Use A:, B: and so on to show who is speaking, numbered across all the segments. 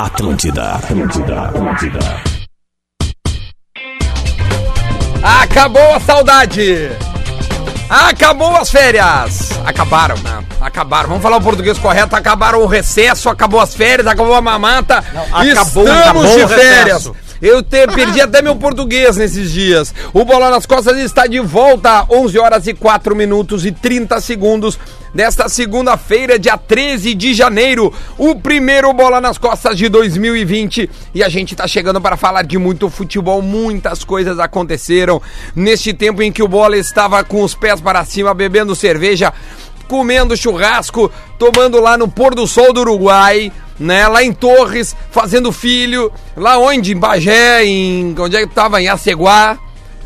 A: Atlântida, Atlântida, Atlântida.
B: Acabou a saudade! Acabou as férias! Acabaram, né? Acabaram. Vamos falar o português correto. Acabaram o recesso, acabou as férias, acabou a mamata.
C: acabou,
B: Estamos
C: acabou
B: de
C: o
B: férias.
C: recesso.
B: Eu te- perdi até meu português nesses dias. O Bola nas Costas está de volta, 11 horas e 4 minutos e 30 segundos, nesta segunda-feira, dia 13 de janeiro. O primeiro Bola nas Costas de 2020. E a gente está chegando para falar de muito futebol. Muitas coisas aconteceram neste tempo em que o Bola estava com os pés para cima, bebendo cerveja, comendo churrasco, tomando lá no pôr do sol do Uruguai, né? Lá em Torres, fazendo filho, lá onde? Em Bagé, em. Onde é que tava? Em Aceguá.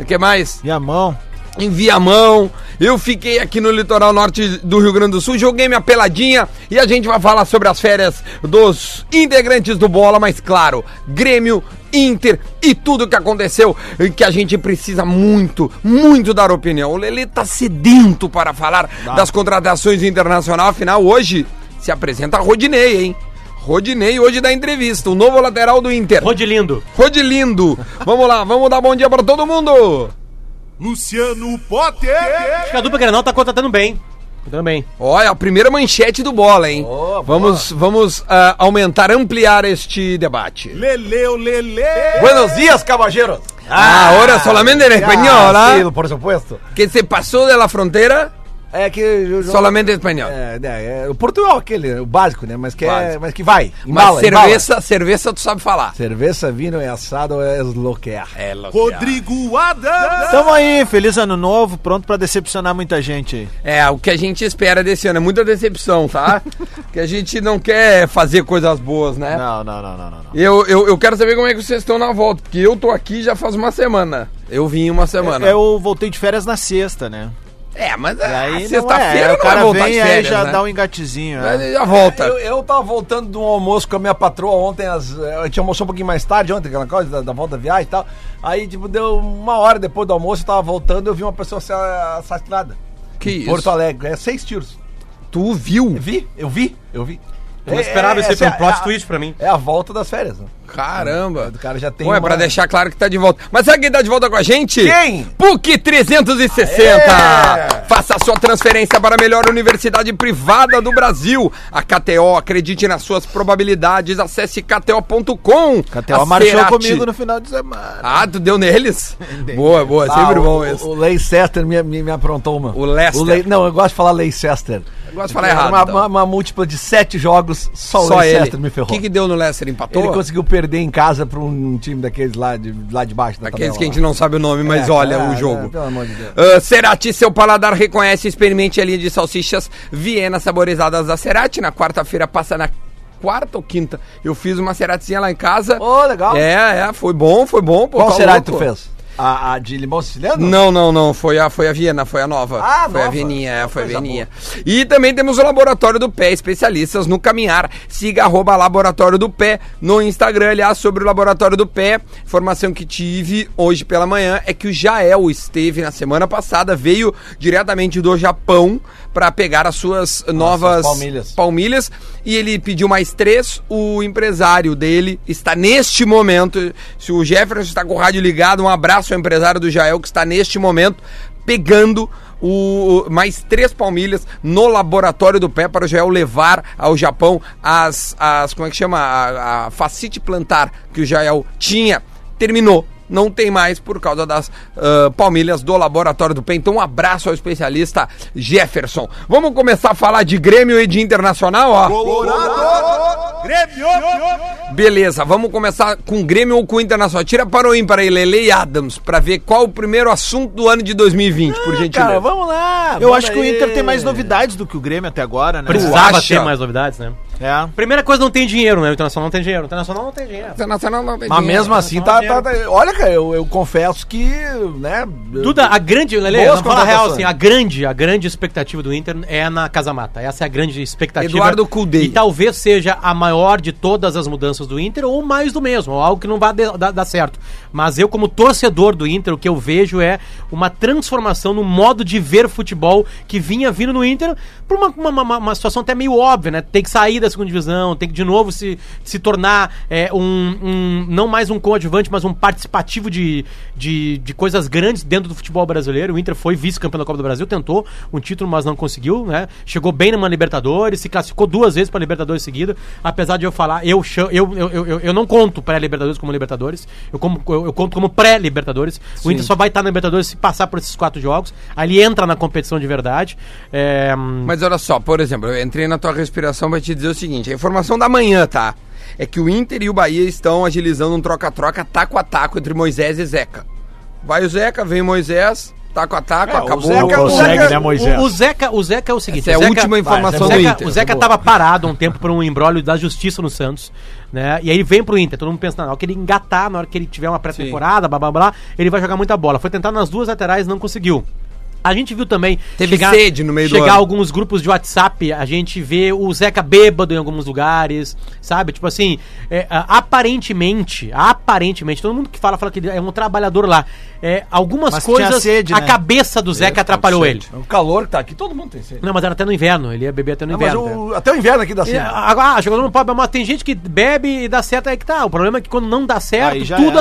B: O que mais?
C: Minha mão.
B: em Viamão. Eu fiquei aqui no litoral norte do Rio Grande do Sul, joguei minha peladinha e a gente vai falar sobre as férias dos integrantes do Bola, mas claro, Grêmio, Inter e tudo que aconteceu e que a gente precisa muito, muito dar opinião. O Lelê tá sedento para falar das contratações internacionais, afinal hoje se apresenta Rodinei, hein? Rodinei hoje dá entrevista, o novo lateral do Inter.
C: Rodilindo.
B: Rodilindo. Vamos lá, vamos dar bom dia para todo mundo.
D: Luciano Potter.
C: Acho que a dupla Grenal tá contratando bem. Contratando bem.
B: Olha, a primeira manchete do bola, hein?
C: Ó,
B: vamos vamos ah, aumentar, ampliar este debate.
D: Leleu, Lele.
E: Buenos días, caballeros.
B: Ah, Ahora solamente en español,
E: Ah,
B: ¿ah?
E: Sí, por supuesto.
B: Que se passou da frontera,
E: É que eu, eu-
B: solamente em espanhol.
E: É, né, é, o português é aquele, o básico, né? Mas que, é,
B: Básico.
E: mas que vai.
B: Mas
E: embala, embala.
B: cerveza, cerveza tu sabe falar.
E: Cerveza, vino e assado é lo que é.
B: É, louco.
D: Rodrigo Adams.
C: Tamo aí, feliz ano novo, pronto pra decepcionar muita gente aí.
B: É, o que a gente espera desse ano é muita decepção, tá? que a gente não quer fazer coisas boas, né?
C: Não, não, não, não, não. não.
B: Eu, eu, eu quero saber como é que vocês estão na volta, porque eu tô aqui já faz uma semana. Eu vim uma semana.
C: Eu voltei de férias na sexta, né?
B: É, mas
C: É, E
B: ah,
C: aí
B: sexta-feira
C: não é.
B: não,
C: O cara
B: vai voltar
C: vem
B: de
C: e aí
B: férias,
C: já
B: né?
C: dá um engatizinho.
B: Mas
C: É.
B: ele já volta.
E: Eu, eu tava voltando de um almoço com a minha patroa ontem, às, a gente almoçou um pouquinho mais tarde ontem, aquela coisa da, da volta da viagem e tal. Aí, tipo, deu uma hora depois do almoço, eu tava voltando eu vi uma pessoa ser assassinada.
B: Que isso?
E: Porto Alegre, é seis tiros.
B: Tu viu?
E: Eu vi, eu vi, eu vi.
C: Eu não esperava isso aí, foi um
E: É, essa
C: plot
E: a-
C: twist pra mim.
E: É a volta das férias, né?
B: Caramba.
E: O cara já tem
B: Bom, é
E: uma-
B: pra deixar claro que tá de volta. Mas sabe quem tá de volta com a gente?
E: Quem?
B: PUC 360.
E: Aê!
B: Faça sua transferência para a melhor universidade privada do Brasil. A KTO, acredite nas suas probabilidades. Acesse kto.com.
C: Até
B: A
C: marchou
B: Cerati.
C: comigo no final de semana.
B: Ah, tu deu neles? boa, boa.
E: Ah,
B: sempre
E: o-
B: bom
E: o,
B: esse.
E: O Leicester me, me, me aprontou uma.
B: O Leicester.
E: Lei- não, eu gosto de falar Leicester.
B: Eu gosto de falar
E: É
B: errado.
E: Uma,
B: então.
E: uma- uma múltipla de sete jogos, só, o
B: Só
E: Leicester
B: ele.
E: me ferrou.
B: O que, que deu no Leicester? Empatou?
E: Ele conseguiu perder em casa pra um time daqueles lá de, lá de baixo da
B: Aqueles
E: tabela
B: que a
E: lá.
B: gente não sabe o nome, mas
E: É,
B: olha
E: é,
B: o jogo.
E: é, pelo amor de Deus.
B: Ah, Cerati, seu paladar reconhece, experimente a linha de salsichas Viena saborizadas da Cerati. Na quarta-feira passa na quarta ou quinta. Eu fiz uma Ceratizinha lá em casa.
E: Ô, legal.
B: É, é, foi bom, foi bom. Pô,
E: Qual
B: tá
E: será que tu
B: louco.
E: fez? A, a de limão siciliano?
B: Não, não, não. Foi a, foi a Viena, foi a nova.
E: Ah,
B: foi a
E: nova.
B: Vieninha, é, foi a
E: Coisa
B: Vieninha. E também temos o Laboratório do Pé, especialistas no caminhar. Siga arroba Laboratório do Pé no Instagram, aliás, sobre o Laboratório do Pé. Informação que tive hoje pela manhã é que o Jael esteve na semana passada, veio diretamente do Japão para pegar as suas novas
E: palmilhas.
B: palmilhas e ele pediu mais três. O empresário dele está neste momento. Se o Jefferson está com o rádio ligado, um abraço ao empresário do Jael que está neste momento pegando o o- mais três palmilhas no laboratório do pé para o Jael levar ao Japão as, as como é que chama a, a facite plantar que o Jael tinha terminou. Não tem mais por causa das ah, palmilhas do Laboratório do Pé. Então, um abraço ao especialista Jefferson. Vamos começar a falar de Grêmio e de Internacional, ó.
D: Colorado. Grêmio.
B: Beleza, vamos começar com Grêmio ou com Internacional. Tira para o ímpar aí, Lele e Adams, para ver qual o primeiro assunto do ano de 2020, por gentileza.
E: Cara, vamos lá.
C: Eu
E: Ah, manda
C: acho que o
E: aí.
C: Inter tem mais novidades do que o Grêmio até agora, né?
B: Precisa.
F: Precisava
B: acha?
F: ter mais novidades, né?
C: É.
F: Primeira coisa, não tem dinheiro, né? O Internacional não tem dinheiro. O Internacional não tem dinheiro.
B: Internacional não tem
E: Mas
B: dinheiro.
E: mesmo assim, tá, tá- tá- olha, cara, eu, eu confesso que, né...
F: Duda, a grande, Lele,
E: Boas
F: vamos falar a real,
E: contratações.
F: assim, a grande, a grande expectativa do Inter é na Casa Mata. Essa é a grande expectativa.
B: Eduardo Cudê.
F: E talvez seja a maior de todas as mudanças do Inter, ou mais do mesmo, ou algo que não vai de- dar, dar certo. Mas eu, como torcedor do Inter, o que eu vejo é uma transformação no modo de ver futebol que vinha vindo no Inter por uma, uma, uma- uma situação até meio óbvia, né? Tem que sair da segunda divisão, tem que de novo se, se tornar é, um, um- não mais um coadjuvante, mas um participativo de, de, de coisas grandes dentro do futebol brasileiro. O Inter foi vice-campeão da Copa do Brasil, tentou um título, mas não conseguiu, né? Chegou bem numa Libertadores, se classificou duas vezes para Libertadores seguida, apesar de eu falar, eu cha- eu, eu, eu, eu- eu não conto pré-Libertadores como Libertadores, eu, como, eu, eu conto como pré-Libertadores. O Inter só vai estar na Libertadores se passar por esses quatro jogos, aí ele entra na competição de verdade. É, hum,
G: Mas olha só, por exemplo, eu entrei na tua respiração pra te dizer o seguinte: a informação da manhã, tá? É que o Inter e o Bahia estão agilizando um troca-troca, taco a taco entre Moisés e Zeca. Vai o Zeca, vem Moisés, taco a taco,
F: É,
G: acabou.
E: Zeca-
G: o
E: Zeca-
H: Consegue, né,
F: O, o
H: Moisés?
F: Zeca, o Zeca é o seguinte.
G: Essa é a
F: o Zeca-
G: última informação
F: o
G: do
F: Zeca,
G: Inter.
F: O Zeca tava parado há um tempo por um embrólio da justiça no Santos, né? E aí ele vem pro Inter, todo mundo pensa, na hora que ele engatar, na hora que ele tiver uma pré-temporada, blá blá blá, ele vai jogar muita bola. Foi tentar nas duas laterais, não conseguiu. A gente viu também
G: Teve sede no meio do
F: chegar
G: ano.
F: alguns grupos de WhatsApp, a gente vê o Zeca bêbado em alguns lugares, sabe? Tipo assim, é, a- aparentemente, aparentemente, todo mundo que fala, fala que ele é um trabalhador lá. É, algumas
H: Mas tinha
F: coisas,
H: sede,
F: a
H: né?
F: cabeça do Zeca atrapalhou ele.
E: O calor que tá aqui, todo mundo tem sede. É,
F: Não, mas era até no inverno, ele ia beber até no
E: Não, mas
F: inverno. né?
E: o- até o inverno aqui dá
F: E,
E: sede.
F: ah, ah, jogador não pode, mas tem gente que bebe e dá certo aí que tá. O problema é que quando não dá certo,
H: Aí já
F: tudo
H: era.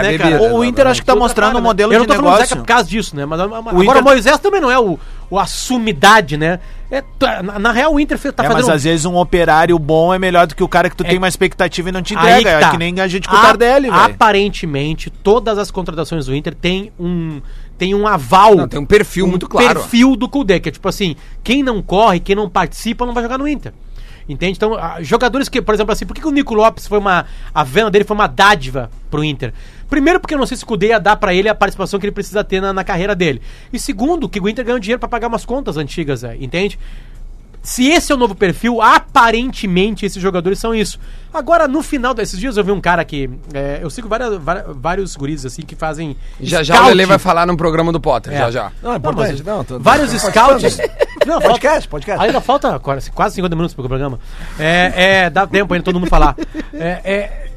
G: Aí é
F: né,
G: a
F: cara?
G: bebida,
H: O Inter acho que tá
F: Tudo
H: mostrando
F: atrapalha,
H: um
F: né?
H: modelo
F: Eu
H: de
F: não tô falando Zeca
H: negócio.
F: por causa disso, né? Mas, mas- mas
H: O
F: agora
H: Inter-
F: o Moisés também não é o, o a sumidade, né? É, tá- na, na real, o Inter fe- tá
H: É,
F: fazendo.
H: mas às vezes um operário bom é melhor do que o cara que tu tem uma expectativa e não te
F: Aí tá.
H: entrega.
E: tá.
H: É que nem a gente com
E: Ah,
H: o
F: A-
H: Tardelli, velho.
F: Aparentemente, todas as contratações do Inter tem um, tem um aval.
G: Não, tem um perfil muito claro.
F: perfil do Kudê, que é tipo assim, quem não corre, quem não participa, não vai jogar no Inter. Entende? Então, ah, jogadores que, por exemplo, assim, por que, que o Nico Lopes foi uma. A venda dele foi uma dádiva pro Inter? Primeiro, porque eu não sei se o Kudê ia dar pra ele a participação que ele precisa ter na, na carreira dele. E segundo, que o Inter ganhou dinheiro pra pagar umas contas antigas, eh, entende? Se esse é o novo perfil, aparentemente esses jogadores são isso. Agora, no final desses dias, eu vi um cara que. eh, eu sigo várias- várias- vários guris assim que fazem.
G: Já já o
F: scout.
G: Lele vai falar no programa do Potter,
F: É.
G: já já.
E: Não, é importante. Não, tô-
F: Vários
E: tô-
F: scouts.
E: Podcast,
F: Não, podcast,
E: podcast.
F: podcast. Ainda falta quase quase 50 minutos pro programa. É, é, dá tempo ainda todo mundo falar. É, é,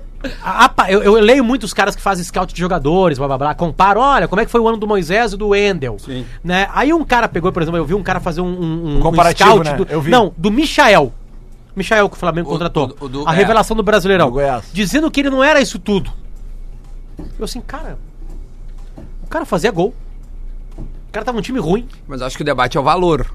F: a- apa- eu, eu leio muito os caras que fazem scout de jogadores, blá blá blá, comparo, olha, como é que foi o ano do Moisés e do Wendel. Né? Aí um cara pegou, por exemplo, eu vi um cara fazer um, um, um
E: comparativo,
F: scout
E: né?
F: do,
E: Eu vi.
F: Não, do Michael. Michael que o Flamengo contratou.
G: o do-
F: a
G: é.
F: revelação do Brasileirão.
E: Do Goiás.
F: Dizendo que ele não era isso tudo. Eu assim, cara. O cara fazia gol. O cara tava num time ruim.
G: Mas acho que o debate é o valor.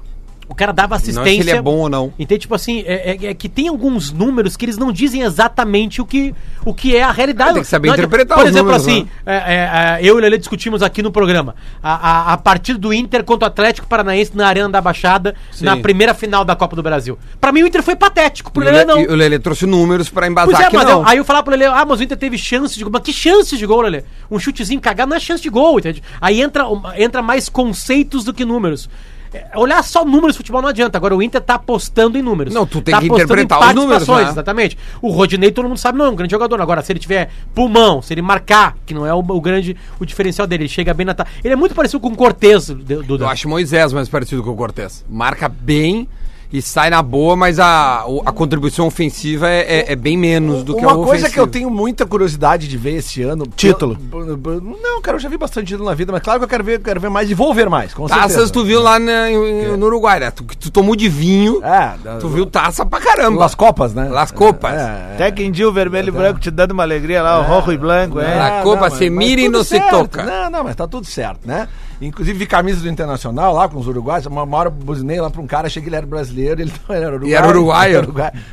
F: O cara dava
G: Não
F: assistência.
G: é se ele é bom ou não.
F: Então, tipo assim, é, é- é que tem alguns números que eles não dizem exatamente o que, o que é a realidade.
G: Tem que saber
F: Não adianta-
G: interpretar
F: Por
G: os
F: exemplo,
G: números, né?
F: assim, é, é, é, eu e o Lelê discutimos aqui no programa a, a, a partida do Inter contra o Atlético Paranaense na Arena da Baixada, na primeira final da Copa do Brasil. Pra mim, o Inter foi patético. Pro
G: E o
F: Lelê,
G: Le-
F: não.
G: e O Lele trouxe números pra
F: Pois
G: embasar
F: é,
G: que
F: mas
G: não.
F: eu- aí eu falava pro Lele, ah, mas o Inter teve chance de gol. Mas que chance de gol, Lele? Um chutezinho cagado não é chance de gol, entende? Aí entra, entra mais conceitos do que números. É, Olhar só números de futebol não adianta. Agora o Inter tá apostando em números.
G: Não, tu tem
F: tá
G: que
F: apostando em
G: interpretar os números,
F: participações,
G: né?
F: Exatamente. O Rodinei, todo mundo sabe, não é um grande jogador. Agora, se ele tiver pulmão, se ele marcar, que não é o, o grande o diferencial dele, ele chega bem na. ta- Ele é muito parecido com o Cortez, Duda.
G: Eu acho Moisés mais parecido com o Cortez. Marca bem e sai na boa, mas a, o- a contribuição ofensiva é, é- é bem menos do que a
E: Uma coisa que eu
G: ofensiva.
E: tenho muita curiosidade de ver esse ano.
H: Título.
E: Eu- eu- não, cara, eu já vi bastante título na vida, mas claro que eu quero ver, quero ver mais e vou ver mais. Com
G: Taças
E: certeza.
G: tu viu lá na- em- no Uruguai, né? Tu, tu tomou de vinho,
E: É, da-
G: tu viu taça pra caramba.
E: Las Copas, né?
G: Las Copas.
E: É,
H: Até quem dia o vermelho e branco te dando uma alegria lá, o rojo e branco,
E: É,
H: é.
G: Lá- Copa,
E: mas-
G: se
E: mas
G: mira e
E: tudo
G: não se
E: certo.
G: toca.
E: Não, não, mas tá tudo certo, né? Inclusive vi camisa do Internacional lá com os uruguaios. Uma, uma hora eu buzinei lá pra um cara, achei que ele era brasileiro, ele não era uruguaio.
G: E era uruguaio.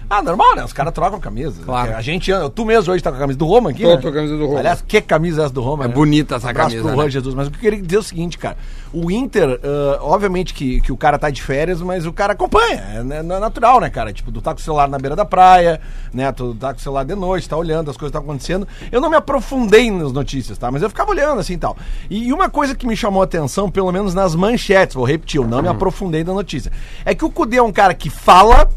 E: Ah, normal, né? Os caras trocam camisa.
G: Claro.
E: A gente anda. Tu mesmo hoje tá com a camisa do Roma aqui?
G: Tô,
E: né?
G: tô com a camisa do Roma.
E: Aliás, que camisa é essa do Roma?
G: É
E: né?
G: bonita essa
E: Abraço
G: camisa,
E: pro
G: né?
E: Juan Jesus, mas o que eu queria dizer é o seguinte, cara. O Inter, ah, obviamente que, que o cara tá de férias, mas o cara acompanha. É, né, não é natural, né, cara? Tipo, tu tá com o celular na beira da praia, né? Tu tá com o celular de noite, tá olhando, as coisas estão acontecendo. Eu não me aprofundei nas notícias, tá? Mas eu ficava olhando assim e tal. E, e uma coisa que me chamou a atenção, pelo menos nas manchetes, vou repetir, eu não
G: Uhum.
E: me aprofundei na notícia. É que o Cudê é um cara que fala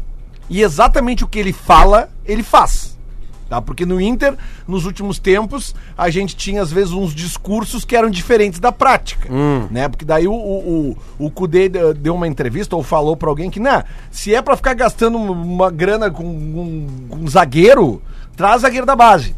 E: e exatamente o que ele fala, ele faz. Tá? Porque no Inter, nos últimos tempos, a gente tinha, às vezes, uns discursos que eram diferentes da prática. Né? Porque daí o, o, o, o Kudê de- deu uma entrevista ou falou pra alguém que, né, se é pra ficar gastando uma- uma grana com um, com um zagueiro, traz zagueiro da base.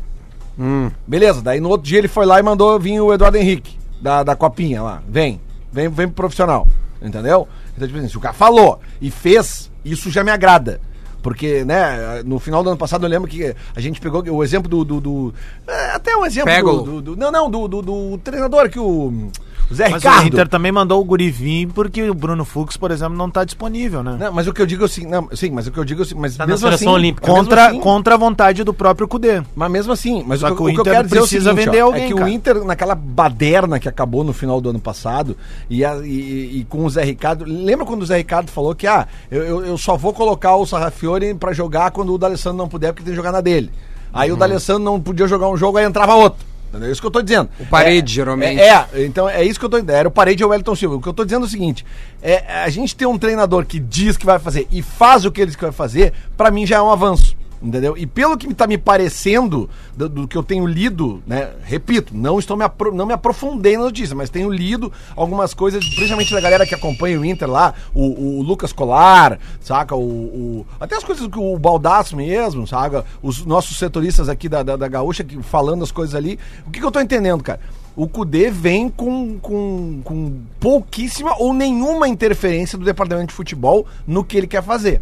E: Beleza, daí no outro dia ele foi lá e mandou vir o Eduardo Henrique, da, da Copinha lá. Vem, vem, vem pro profissional. Entendeu? Então, tipo assim, se o cara falou e fez, isso já me agrada. Porque, né, no final do ano passado eu lembro que a gente pegou o exemplo do. do, do- é, até um exemplo
B: Pégolo.
E: do, do- do- Não, não, do, do, do treinador que o. o Zé
H: Mas
E: Ricardo.
H: o Inter também mandou o guri vir porque o Bruno Fux, por exemplo, não tá disponível, né?
E: Não, mas o que eu digo é o seguinte. Não, sim, mas o que eu digo é o seguinte. Mas
F: Tá na seleção olímpica.
E: mesmo
H: Contra,
E: assim-
H: contra a vontade do próprio Cudê.
E: Mas mesmo assim, mas
H: Só
E: o, que,
H: que o
E: o que
H: Inter
E: eu quero dizer é o
H: precisa
E: seguinte,
H: vender
E: ó,
H: alguém,
E: é que o
H: cara.
E: Inter, naquela baderna que acabou no final do ano passado, e, a- e- e com o Zé Ricardo, lembra quando o Zé Ricardo falou que, ah, eu, eu- eu só vou colocar o Sarrafiore pra jogar quando o D'Alessandro não puder, porque tem que jogar na dele. Aí o
H: Uhum.
E: D'Alessandro não podia jogar um jogo, aí entrava outro. Entendeu? É isso que eu tô dizendo. O
B: Parede, geralmente.
E: É, é, então é isso que eu tô entendendo. Era o Parede e o Wellington Silva. O que eu tô dizendo é o seguinte: é, a gente tem um treinador que diz que vai fazer e faz o que ele diz que vai fazer, pra mim já é um avanço. Entendeu? E pelo que tá me parecendo, do, do que eu tenho lido, né? Repito, não estou me, apro- não me aprofundei na notícia, mas tenho lido algumas coisas, principalmente da galera que acompanha o Inter lá, o, o Lucas Colar, saca? O, o- até as coisas que o Baldasso mesmo, saca? Os nossos setoristas aqui da, da, da Gaúcha que, falando as coisas ali. O que, que eu tô entendendo, cara? O Cudê vem com, com, com pouquíssima ou nenhuma interferência do departamento de futebol no que ele quer fazer.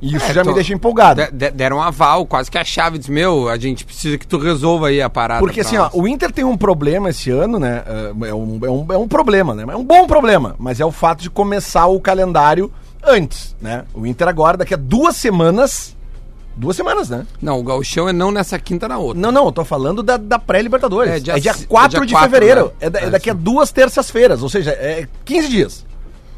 E: E isso
B: É,
E: já
B: tô-
E: me deixa empolgado.
B: De- de- deram um aval, quase que a chave disse, meu, a gente precisa que tu resolva aí a parada.
E: Porque
B: pra
E: assim, ó,
B: nós."
E: o Inter tem um problema esse ano, né? Eh, É um, é um, é um problema, né? É um bom problema, mas é o fato de começar o calendário antes, né? O Inter agora, daqui a duas semanas. Duas semanas, né?
B: Não, o gauchão é não nessa quinta, na outra.
E: Não, não, eu tô falando da, da pré-Libertadores.
B: É,
E: É
B: dia
E: dia,
B: c-
E: 4
B: é dia
E: de
B: 4,
E: fevereiro.
B: né?
E: É, da- é
B: É,
E: daqui a duas terças-feiras, ou seja, é 15 dias.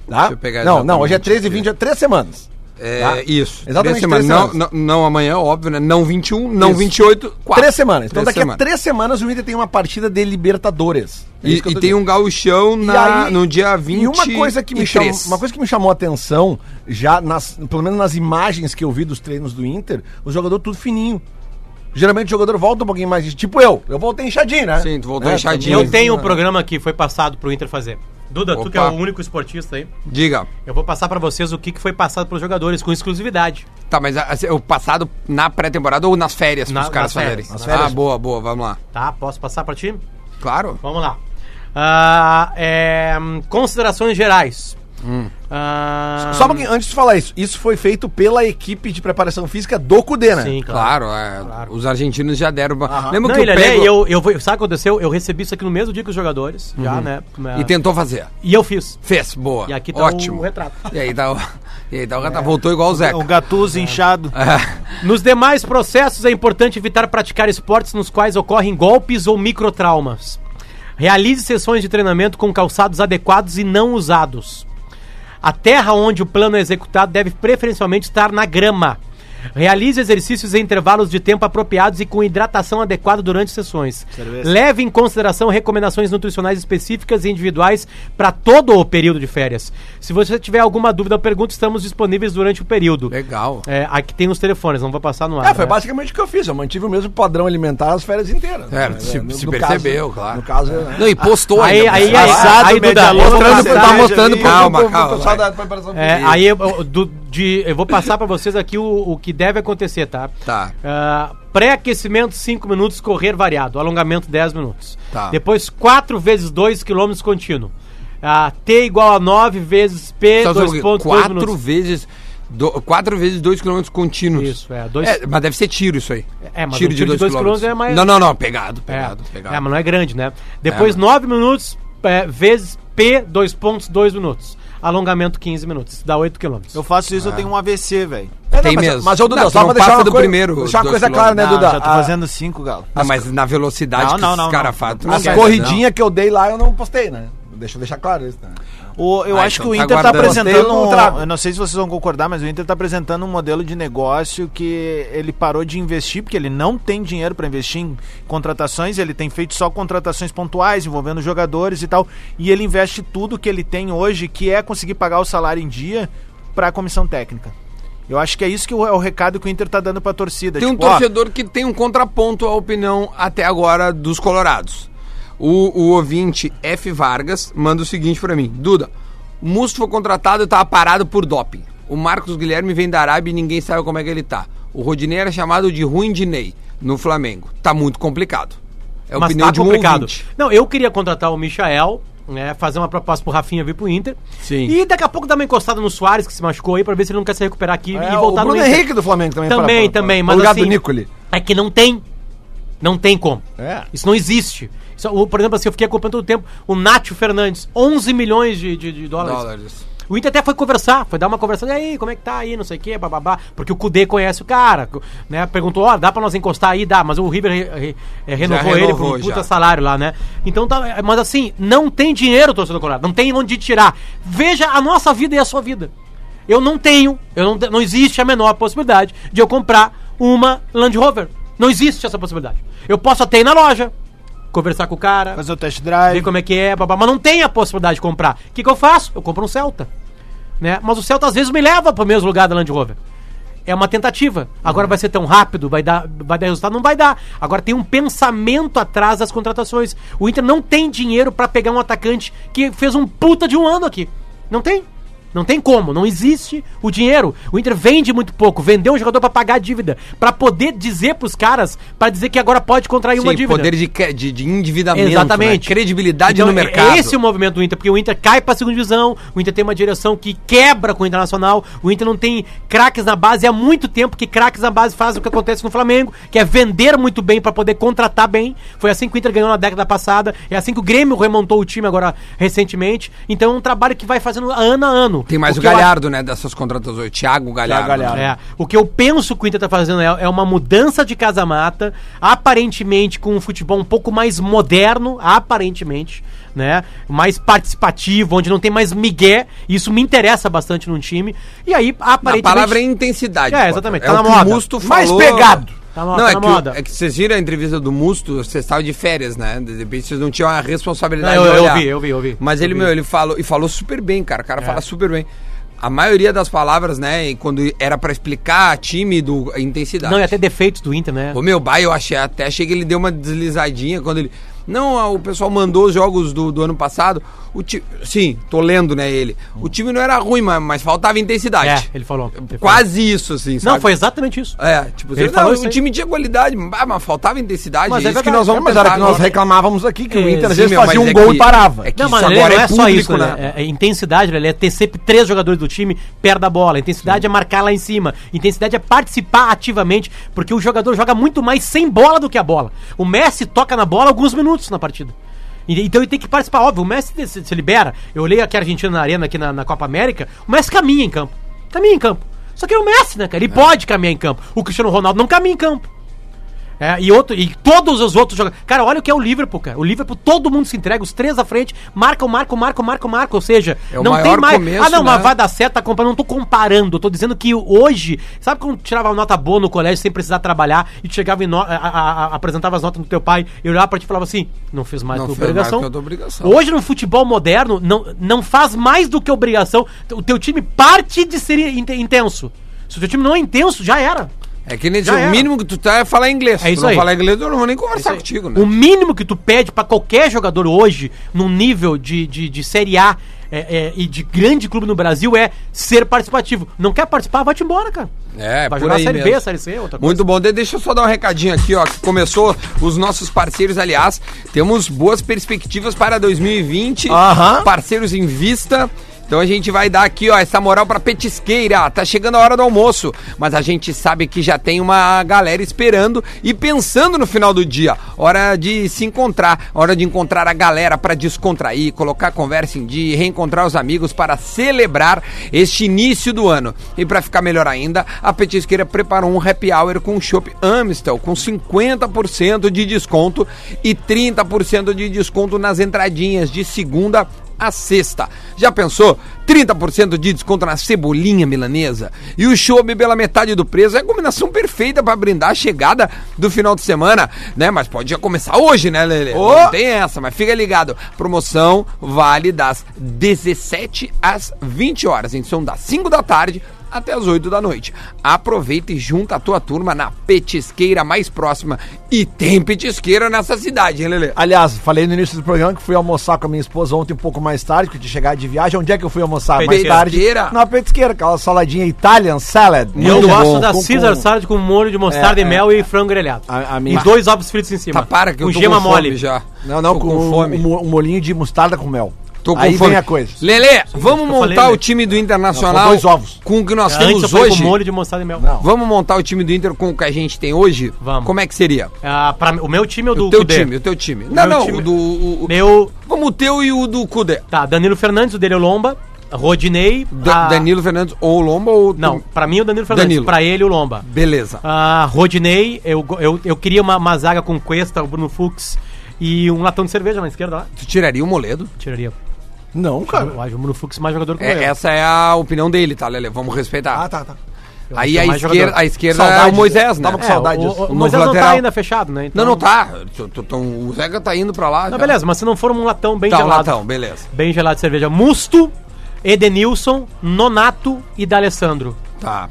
E: Tá?
B: Deixa eu pegar
E: não, não, hoje é
B: exatamente
E: 13 e
B: aqui.
E: 20, é 3 semanas.
B: É,
E: tá?
B: isso.
E: Exatamente
B: Três semanas.
E: três
B: Não,
E: semanas.
B: não, não amanhã, óbvio, né? Não 21, não
E: Isso.
B: 28, 4.
E: Três semanas. Então
B: Três
E: daqui
B: semanas.
E: a três semanas o Inter tem uma partida de Libertadores. É
B: E,
E: isso que eu
B: e
E: tô
B: tem
E: dizendo.
B: um gauchão
E: E
B: na,
E: aí-
B: no dia 20
E: E uma coisa que me chamou, uma coisa que me chamou a atenção, já nas, pelo menos nas imagens que eu vi dos treinos do Inter, o jogador tudo fininho. Geralmente o jogador volta um pouquinho mais, tipo eu, eu voltei inchadinho, né?
B: Sim, tu voltou
E: Né?
B: inchadinho.
F: Eu tenho um programa que foi passado pro Inter fazer. Duda, tu que é
B: Opa.
F: o único esportista aí,
B: Diga.
F: eu vou passar pra vocês o que, que foi passado pros jogadores com exclusividade.
B: Tá, mas assim, o passado na pré-temporada ou nas férias
F: Na-
B: pros caras
F: nas férias,
B: falarem?
F: nas
B: Ah,
F: férias.
B: boa, boa, vamos lá.
F: Tá? Posso passar pra ti?
B: Claro.
F: Vamos lá. Ah, é, hum, considerações gerais.
B: Hum.
F: Ah,
E: Só um pouquinho, antes de falar isso, isso foi feito pela equipe de preparação física do Cudê, né?
F: Sim, claro.
B: Claro, é, os argentinos já deram. Lembra
F: Não,
B: que
F: ele
B: eu
F: ali,
B: pego
F: eu, eu, fui- sabe o que aconteceu? Eu recebi isso aqui no mesmo dia que os jogadores, já, né?
B: Uhum. e tentou fazer.
F: E eu fiz.
B: Fez, boa.
F: E aqui tá
B: Ótimo.
F: o É. retrato.
B: E aí tá o, e aí tá o retrato. Voltou igual o Zeca.
H: O Gattuso inchado.
F: Nos demais processos, é importante evitar praticar esportes nos quais ocorrem golpes ou microtraumas. Realize sessões de treinamento com calçados adequados e não usados. A terra onde o plano é executado deve preferencialmente estar na grama. Realize exercícios em intervalos de tempo apropriados e com hidratação adequada durante sessões.
H: Cerveja.
F: Leve em consideração recomendações nutricionais específicas e individuais para todo o período de férias. Se você tiver alguma dúvida ou pergunta, estamos disponíveis durante o período.
B: Legal.
F: É, aqui tem os telefones, não vou passar no ar.
E: É, foi
F: né?
E: basicamente o que eu fiz. Eu mantive o mesmo padrão alimentar as férias inteiras.
B: É,
E: Né?
B: se,
E: No-
B: se
E: no
B: percebeu,
E: caso-
B: claro.
E: No caso, né?
B: Não, e postou
F: Aí,
B: ainda. né?
F: aí, aí,
H: Assado,
F: aí, Duda,
H: média louca,
F: mostrando-
H: assado.
F: tá mostrando-
E: mostrando
B: pro-
E: calma,
B: pro- pro
E: calma.
B: pessoal
E: da
F: É, aí eu, eu- do- de, eu vou passar pra vocês aqui o, o que deve acontecer, tá?
B: Tá.
F: Ah, Pré-aquecimento 5 minutos, correr variado. Alongamento 10 minutos.
B: Tá.
F: Depois 4 vezes 2 km contínuo. Ah, T igual a 9 vezes P,
B: Só só-
F: 2.2
B: quatro
F: minutos.
B: vezes. do- quatro vezes dois quilômetros contínuos.
F: Isso, é, dois-
B: mas deve ser tiro isso aí.
F: É, mas um tiro de dois quilômetros é mais-
B: Não, não, não. Pegado,
F: É,
B: pegado, pegado.
F: é, mas não é grande, né?
B: É, mas-
F: Depois 9 minutos, é, vezes P, 2.2 minutos. Alongamento 15 minutos, dá 8 km.
H: Eu faço isso, eu tenho um AVC, velho.
B: Tem
E: mas,
B: mesmo.
E: Mas, ô Duda,
B: Não, tu
E: só
B: não
E: pra deixar
B: passa
E: uma
B: do
E: coisa,
B: primeiro
E: deixar uma
B: dois
E: coisa clara, né,
H: Não,
E: Duda?
H: já tô
E: A-
H: fazendo cinco, galo.
B: Ah, mas na velocidade
H: Não,
B: que
H: não,
B: esses
H: não,
B: caras
H: não.
B: fazem. tu não
E: As
B: quer,
E: corridinhas que eu dei lá eu não postei, né? Deixa eu deixar claro isso, né?
H: O, eu
B: Ah,
H: acho
B: então
H: que o
B: tá
H: Inter tá
B: guardando.
H: apresentando
E: Gostei, não
H: um,
E: trago.
H: Eu não sei se vocês vão concordar, mas o Inter tá apresentando um modelo de negócio que ele parou de investir, porque ele não tem dinheiro para investir em contratações, ele tem feito só contratações pontuais, envolvendo jogadores e tal. E ele investe tudo que ele tem hoje, que é conseguir pagar o salário em dia para a comissão técnica. Eu acho que é isso que o- é o recado que o Inter tá dando pra torcida.
B: Tem um
H: tipo, ó,
B: torcedor que tem um contraponto à opinião até agora dos colorados. O, o ouvinte F. Vargas manda o seguinte pra mim: Duda, o Musto foi contratado e tava parado por doping. O Marcos Guilherme vem da Arábia e ninguém sabe como é que ele tá. O Rodinei era chamado de ruim Dinei no Flamengo. Tá muito complicado. É a
F: mas
B: opinião
F: tá
B: de um
F: complicado.
B: ouvinte.
F: Não, eu queria contratar o Michael, né, fazer uma proposta pro Rafinha vir pro Inter.
E: Sim.
F: E daqui a pouco dar uma encostada no Soares, que se machucou aí, pra ver se ele não quer se recuperar aqui
E: É,
F: e
E: o
F: voltar no
E: Bruno
F: Inter.
E: Henrique do Flamengo também. é
F: Também, também, mas
E: mas lugar
F: assim-
E: do Nicoli.
F: É que não tem. Não tem como.
E: É.
F: Isso não existe. Isso, o- por exemplo, assim, eu fiquei acompanhando todo o tempo o Nátio Fernandes, 11 milhões de, de- de dólares.
B: Dólares.
F: O Inter até foi conversar, foi dar uma conversada, e aí, como é que tá aí, não sei o quê, bababá, porque o Kudê conhece o cara, né, perguntou, ó, dá pra nós encostar aí? Dá, mas o River re- re- é, renovou, ele por
B: renovou,
F: um puta
B: já.
F: salário lá, né. Então tá, mas assim, não tem dinheiro, torcedor colorado, não tem onde tirar. Veja a nossa vida e a sua vida. Eu não tenho, eu não, te- não existe a menor possibilidade de eu comprar uma Land Rover. Não existe essa possibilidade. Eu posso até ir na loja, conversar com o cara,
H: Fazer o test
F: ver
H: drive.
F: como é que é, babá, mas não tem a possibilidade de comprar. O que, que eu faço? Eu compro um Celta. Né? Mas o Celta às vezes me leva para o mesmo lugar da Land Rover. É uma tentativa. Agora
B: Uhum.
F: vai ser tão rápido, vai dar, vai dar resultado? Não vai dar. Agora tem um pensamento atrás das contratações. O Inter não tem dinheiro para pegar um atacante que fez um puta de um ano aqui. Não tem. Não tem como, não existe o dinheiro. O Inter vende muito pouco, vendeu um jogador para pagar a dívida, para poder dizer pros caras, para dizer que agora pode contrair uma
B: Sim,
F: dívida.
B: poder de, que- de, de endividamento,
F: Exatamente.
B: né? credibilidade no
F: Então, é-
B: mercado.
F: É esse o movimento do Inter, porque o Inter cai pra segunda divisão, o Inter tem uma direção que quebra com o Internacional, o Inter não tem craques na base, e há muito tempo que craques na base fazem o que acontece com o Flamengo, que é vender muito bem pra poder contratar bem. Foi assim que o Inter ganhou na década passada, é assim que o Grêmio remontou o time agora recentemente. Então é um trabalho que vai fazendo ano a ano.
B: Tem mais o,
F: que eu
B: Galhardo, né, dessas contratações. Thiago Galhardo.
E: Galhardo.
B: né?
F: é, o que eu penso que o Inter tá fazendo é, é uma mudança de casa-mata, aparentemente com um futebol um pouco mais moderno, aparentemente, né? Mais participativo, onde não tem mais migué. Isso me interessa bastante num time. E aí,
B: A
F: aparentemente.
B: palavra é intensidade.
F: É,
B: Potter.
F: exatamente,
B: É
F: tá
B: o
F: na
B: que
F: moda.
B: o Musto
E: Mais
B: falou.
E: pegado.
F: Tá na-
B: não,
F: tá
B: é,
F: na
B: que,
F: moda.
B: O, é que vocês viram a entrevista do Musto, vocês estavam de férias, né? De repente vocês não tinham a responsabilidade
F: Não, eu-
B: de
F: eu
B: olhar.
F: vi, eu vi, eu vi.
B: Mas ele,
F: Eu vi. É.
B: meu, ele falou, e falou super bem, cara. O cara fala super bem. A maioria das palavras, né, e quando era pra explicar time do a intensidade.
F: Não, é- e até defeitos do Inter, né?
B: O meu pai, eu achei, até achei que ele deu uma deslizadinha quando ele. Não, ah, o pessoal mandou os jogos do, do ano passado. O ti... Sim, tô lendo, né, ele. O time não era ruim, mas, mas faltava intensidade.
F: É, ele falou. Ele falou.
B: Quase isso, assim,
F: Não,
B: sabe?
F: foi exatamente isso.
B: É, tipo,
F: Ele
B: ele
F: falou
B: não,
F: isso aí.
B: o time tinha qualidade, ah, mas faltava intensidade.
F: Mas é
B: isso que
F: verdade,
B: nós
E: É,
B: vamos
E: mas era
B: tentar
E: que nós
B: agora.
E: reclamávamos aqui que o
F: É,
E: Inter às
B: sim,
E: vezes
B: meu,
E: fazia
B: mas
E: um
B: é
E: gol
B: que-
E: e parava.
B: é que-
F: Não,
B: isso
F: mas
B: agora
F: ele não
B: é
F: é só
B: público,
F: isso, né?
B: né?
F: É, é intensidade, ele é ter sempre três jogadores do time perto da bola. Intensidade é marcar lá em cima. Intensidade é participar ativamente, porque o jogador joga muito mais sem bola do que a bola. O Messi toca na bola alguns minutos na partida. E- Então ele tem que participar, óbvio, o Messi se se libera. Eu olhei aqui a Argentina na arena, aqui na, na Copa América, o Messi caminha em campo. Caminha em campo. Só que é o Messi, né, cara? Ele pode caminhar em campo. O Cristiano Ronaldo não caminha em campo. É, e, outro, e todos os outros jogadores. Cara, olha o que é o Liverpool, cara. O Liverpool, todo mundo se entrega, os três à frente, marcam, marcam, marcam, marcam, marcam. Ou seja,
B: É o
F: não tem
B: maior
F: mais.
B: começo,
F: ah, não,
B: né?
F: mas vai dar certo, tá comprando. Não tô comparando, eu tô dizendo que hoje. Sabe quando tirava nota boa no colégio sem precisar trabalhar e tu chegava e no- a- a- a- apresentava as notas do teu pai e olhava pra ti e falava assim: não fiz mais
B: Não
F: do que
B: fez mais
F: obrigação.
B: que a tua obrigação.
F: Hoje no futebol moderno, não, não faz mais do que obrigação. O teu time parte de ser inte- intenso. Se o teu time não é intenso, já era.
B: É que nem
F: Já
B: dizer,
F: era.
B: o mínimo que tu tá é falar inglês.
F: É
B: Se
F: isso
B: tu não
F: aí. É
B: falar inglês, eu não vou nem conversar contigo, né?
F: O mínimo que tu pede pra qualquer jogador hoje, num nível de, de, de Série A é, é, e de grande clube no Brasil, é ser participativo. Não quer participar, vai-te embora, cara.
B: É,
F: vai
B: por
F: jogar
B: aí
F: Série B,
B: mesmo.
F: Série C, é outra coisa.
B: Muito bom, De- deixa eu só dar um recadinho aqui, ó. Que começou os nossos parceiros, aliás, temos boas perspectivas para 2020.
F: Ah,
E: Aham.
B: Parceiros em vista. Então a gente vai dar aqui, ó, essa moral pra petisqueira. Tá chegando a hora do almoço, mas a gente sabe que já tem uma galera esperando e pensando no final do dia. Hora de se encontrar, hora de encontrar a galera pra descontrair, colocar a conversa em dia, e reencontrar os amigos para celebrar este início do ano. E pra ficar melhor ainda, a Petisqueira preparou um happy hour com chopp Amstel com 50% de desconto e 30% de desconto nas entradinhas de segunda a sexta. Já pensou? 30% de desconto na cebolinha milanesa e o chopp pela metade do preço. É a combinação perfeita para brindar a chegada do final de semana, né? Mas pode já começar hoje, né, Lele? Não tem essa, mas fica ligado. Promoção vale das 17 às 20 horas. Então, das 5 da tarde até as 8 da noite. Aproveita e junta a tua turma na petisqueira mais próxima. E tem petisqueira nessa cidade, hein, Lelê?
E: Aliás, falei no início do programa que fui almoçar com a minha esposa ontem um pouco mais tarde, porque eu tinha chegado de viagem. Onde é que eu fui almoçar
B: Petisqueira.
E: mais tarde? Na petisqueira, aquela saladinha Italian salad.
F: E eu
E: Muito
F: gosto
E: bom,
F: da
E: com-
F: Caesar
E: com-
F: salad com um molho de mostarda
E: É,
F: e mel e frango grelhado.
E: A- a
F: E
E: minha-
F: dois ovos fritos em cima.
B: Tá, para que eu
F: com
B: tô
F: gema
B: com
F: mole.
B: fome já.
E: Não, não,
B: Tô
E: com,
B: com fome.
E: Um, um molhinho de mostarda com mel.
B: Tô com
E: Aí
B: fome.
E: vem a coisa.
B: Lelê, vamos
F: eu falei,
B: montar
F: Lelê.
B: o time do Internacional
E: Não, com dois ovos.
B: com o que nós
F: Antes É, eu
B: temos
F: falei com
B: hoje.
F: molho de mostarda e mel.
E: Não.
B: Vamos montar o time do Inter com o que a gente tem hoje?
F: Vamos.
B: Como é que seria?
F: Ah, pra- o meu time é o do
B: o teu
F: Kudê.
B: time, o teu time. Não,
F: Meu
B: não,
F: time-
B: o do. o- o-
F: Meu,
B: Vamos o teu e o do Cudê.
F: tá, Danilo Fernandes, o dele é o Lomba, Rodinei,
B: Da-
F: a-
B: Danilo Fernandes ou o Lomba ou. o-
F: Ah. Não, pra mim é o Danilo Fernandes,
B: Danilo.
F: pra ele o Lomba.
B: Beleza.
F: Ah, Rodinei, eu, go- eu, eu queria uma, uma zaga com Cuesta, o Bruno Fux e um latão de cerveja na esquerda lá.
B: Tu tiraria o Moledo?
F: Tiraria.
E: Não, cara.
F: Eu acho o Bruno Fux mais jogador que o
B: É,
F: Moledo.
B: essa é a opinião dele, tá, Lele? Vamos respeitar.
E: Ah, tá, tá.
F: Eu
B: Aí
F: acho
B: a
F: mais
B: esquerda,
F: jogador.
B: a esquerda é o
E: Saudade.
B: Moisés, né?
E: Tava com
F: É,
E: saudade disso.
F: o, o
B: novo
F: Moisés não tá
B: lateral.
F: ainda fechado, né?
B: Não,
F: Então-
B: não tá. Tô- tô- tô- O Zeca tá indo pra lá.
F: Não,
B: cara.
F: beleza, mas se não for um latão bem
B: Tá, o
F: gelado.
B: Latão, beleza.
F: Bem gelado de cerveja. Musto, Edenilson, Nonato e D'Alessandro.
B: Tá.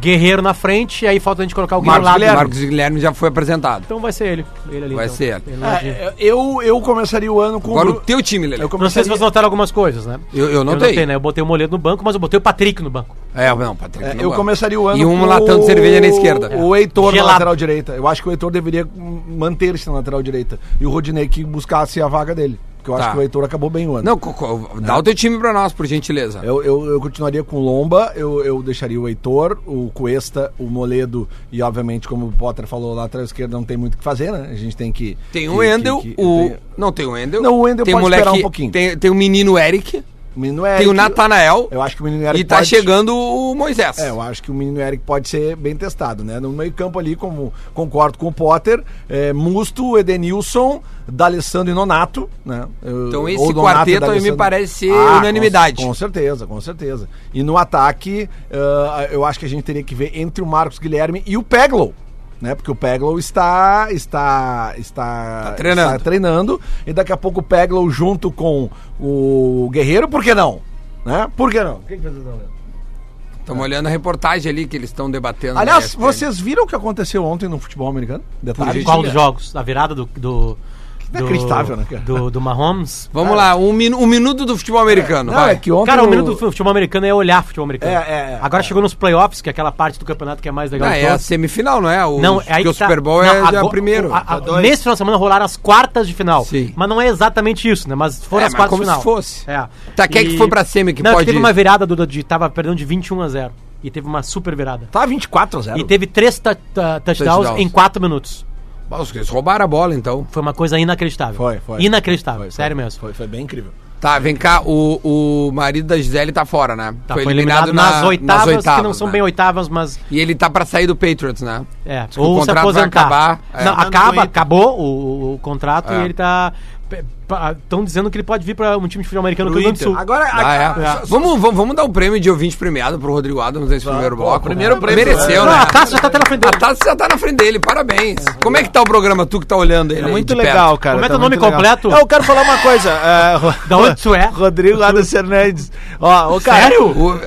F: Guerreiro na frente, e aí falta a gente colocar alguém
B: Marcos
F: lá.
E: é-
B: Guilherme. Marcos Guilherme já foi apresentado.
F: Então vai ser ele. Ele ali.
B: Vai
F: então.
B: ser ele.
F: ele lá de-
E: É, eu, eu começaria o ano com.
B: Agora
E: o
B: o
E: Bru-
B: teu time, Lele. Eu,
E: eu
F: Não sei
E: começaria...
F: se vocês notaram algumas coisas, né?
B: eu,
F: eu
B: notei.
F: né? Eu botei o Moledo no banco, mas eu botei o Patrick no banco.
B: É, não, Patrick.
E: É,
B: não
E: eu
B: vai.
E: começaria o ano
B: E um
E: com É.
B: latão de
E: o-
B: cerveja na esquerda.
E: O Heitor
F: Gelado.
E: na lateral direita. Eu acho que o Heitor deveria manter-se na lateral direita. E o Rodinei que buscasse a vaga dele. Porque eu
B: Tá.
E: acho que o Heitor acabou bem o ano.
B: Não, co- co- dá o teu time pra nós, por gentileza.
E: Eu, eu, eu continuaria com o Lomba, eu, eu deixaria o Heitor, o Cuesta, o Moledo e, obviamente, como o Potter falou lá atrás, esquerda não tem muito o que fazer, né? A gente tem que.
B: Tem
E: que-
B: o Wendel,
E: que- que-
B: o.
E: tem-
B: Não, tem o Wendel.
E: Não, o Wendel
B: tem
E: pode
B: moleque,
E: esperar um pouquinho.
B: Tem, tem o menino Eric,
E: O menino Eric,
B: tem o Natanael
E: é Eu acho que o menino Eric
B: e tá
E: pode-
B: chegando o Moisés.
E: É, eu acho que o menino Eric pode ser bem testado, né? No meio-campo ali, como concordo com o Potter, é, Musto, Edenilson, D'Alessandro e Nonato, né? Eu-
B: Então esse
E: ou Nonato e
B: quarteto aí me
E: D'Alessandro. Ah,
B: parece ser
E: com-
B: unanimidade.
E: Com, certeza, com certeza. E no ataque, ah, eu acho que a gente teria que ver entre o Marcos Guilherme e o Peglow. Né? Porque o Peglow está está está,
B: Tá treinando.
E: está treinando e daqui a pouco o Peglow junto com o Guerreiro, por que não? Né? Por que não?
B: Estamos olhando a reportagem ali que eles estão debatendo. na
E: é. Aliás,
B: ESPN.
E: vocês viram o que aconteceu ontem no futebol americano? Detalhe.
F: Qual dos jogos? A virada do. do do-
E: é. inacreditável, né, cara?
F: Do, do Mahomes.
B: Vamos lá, um, minu- um minuto do futebol americano.
E: É. Não,
B: vai.
E: é que ontem.
F: Cara, o
E: no-
F: minuto do futebol americano é olhar futebol americano.
E: É, é, é.
F: Agora chegou nos playoffs, que é aquela parte do campeonato que é mais
B: Não,
F: legal. de
B: é a
F: todas.
B: semifinal, não é? O,
F: Não, é
B: porque
F: aí que
B: o Super Bowl
F: Não,
B: é
F: agora-
B: o primeiro.
F: o- a- a- nesse final de semana rolaram as quartas de final.
B: Sim.
F: Mas não é exatamente isso, né? Mas foram
B: É,
F: as
B: mas
F: quartas
B: como
F: de final.
B: se fosse.
F: É.
B: Tá, quem é que foi pra semi que
F: não, é
B: pode-
F: teve uma virada do, de tava perdendo de 21 a 0 e teve uma super virada.
E: Tá 24 a 0.
F: E teve três ta- ta- touchdowns
B: Touchdowns.
F: em quatro minutos.
B: Ah, os- Eles roubaram a bola, então.
F: Foi uma coisa inacreditável.
E: Foi, foi.
F: Inacreditável,
E: Foi, foi.
F: sério mesmo.
E: Foi, foi bem incrível.
B: Tá, vem cá, o, o marido da Gisele tá fora, né?
F: Tá, foi eliminado,
B: na-
F: nas, oitavas, que não são
B: né?
F: bem oitavas, mas
B: E ele tá pra sair do Patriots, né?
F: É,
B: Diz que
F: ou
B: o
F: se
B: contrato vai
F: aposentar.
B: acabar, é.
H: Tá
F: Não,
D: Fernando
F: acaba,
D: Coelho.
F: acabou o, o- o contrato
B: É.
F: e ele tá. Estão dizendo que ele pode vir pra um time de futebol americano do Rio Grande do Sul.
E: Agora,
B: Ah, é.
E: a- a-
B: Vamos, vamos, vamos dar o prêmio de ouvinte premiado pro Rodrigo Adams nesse primeiro bloco.
E: primeiro
B: Né?
E: prêmio.
B: Mereceu,
F: Não,
B: né?
F: a taça já tá na frente
B: A
F: dele.
B: taça já tá na frente dele, parabéns. Como é que tá o programa, tu que tá olhando ele?
H: É muito
B: de perto?
H: legal, cara.
F: Como é
H: tá
F: teu nome
H: muito legal.
F: completo?
H: Eu quero falar uma coisa. é, Ro-
F: Da onde tu é?
H: Rodrigo Adams Fernandes. Ó, ô, cara,
F: Sério?
B: O-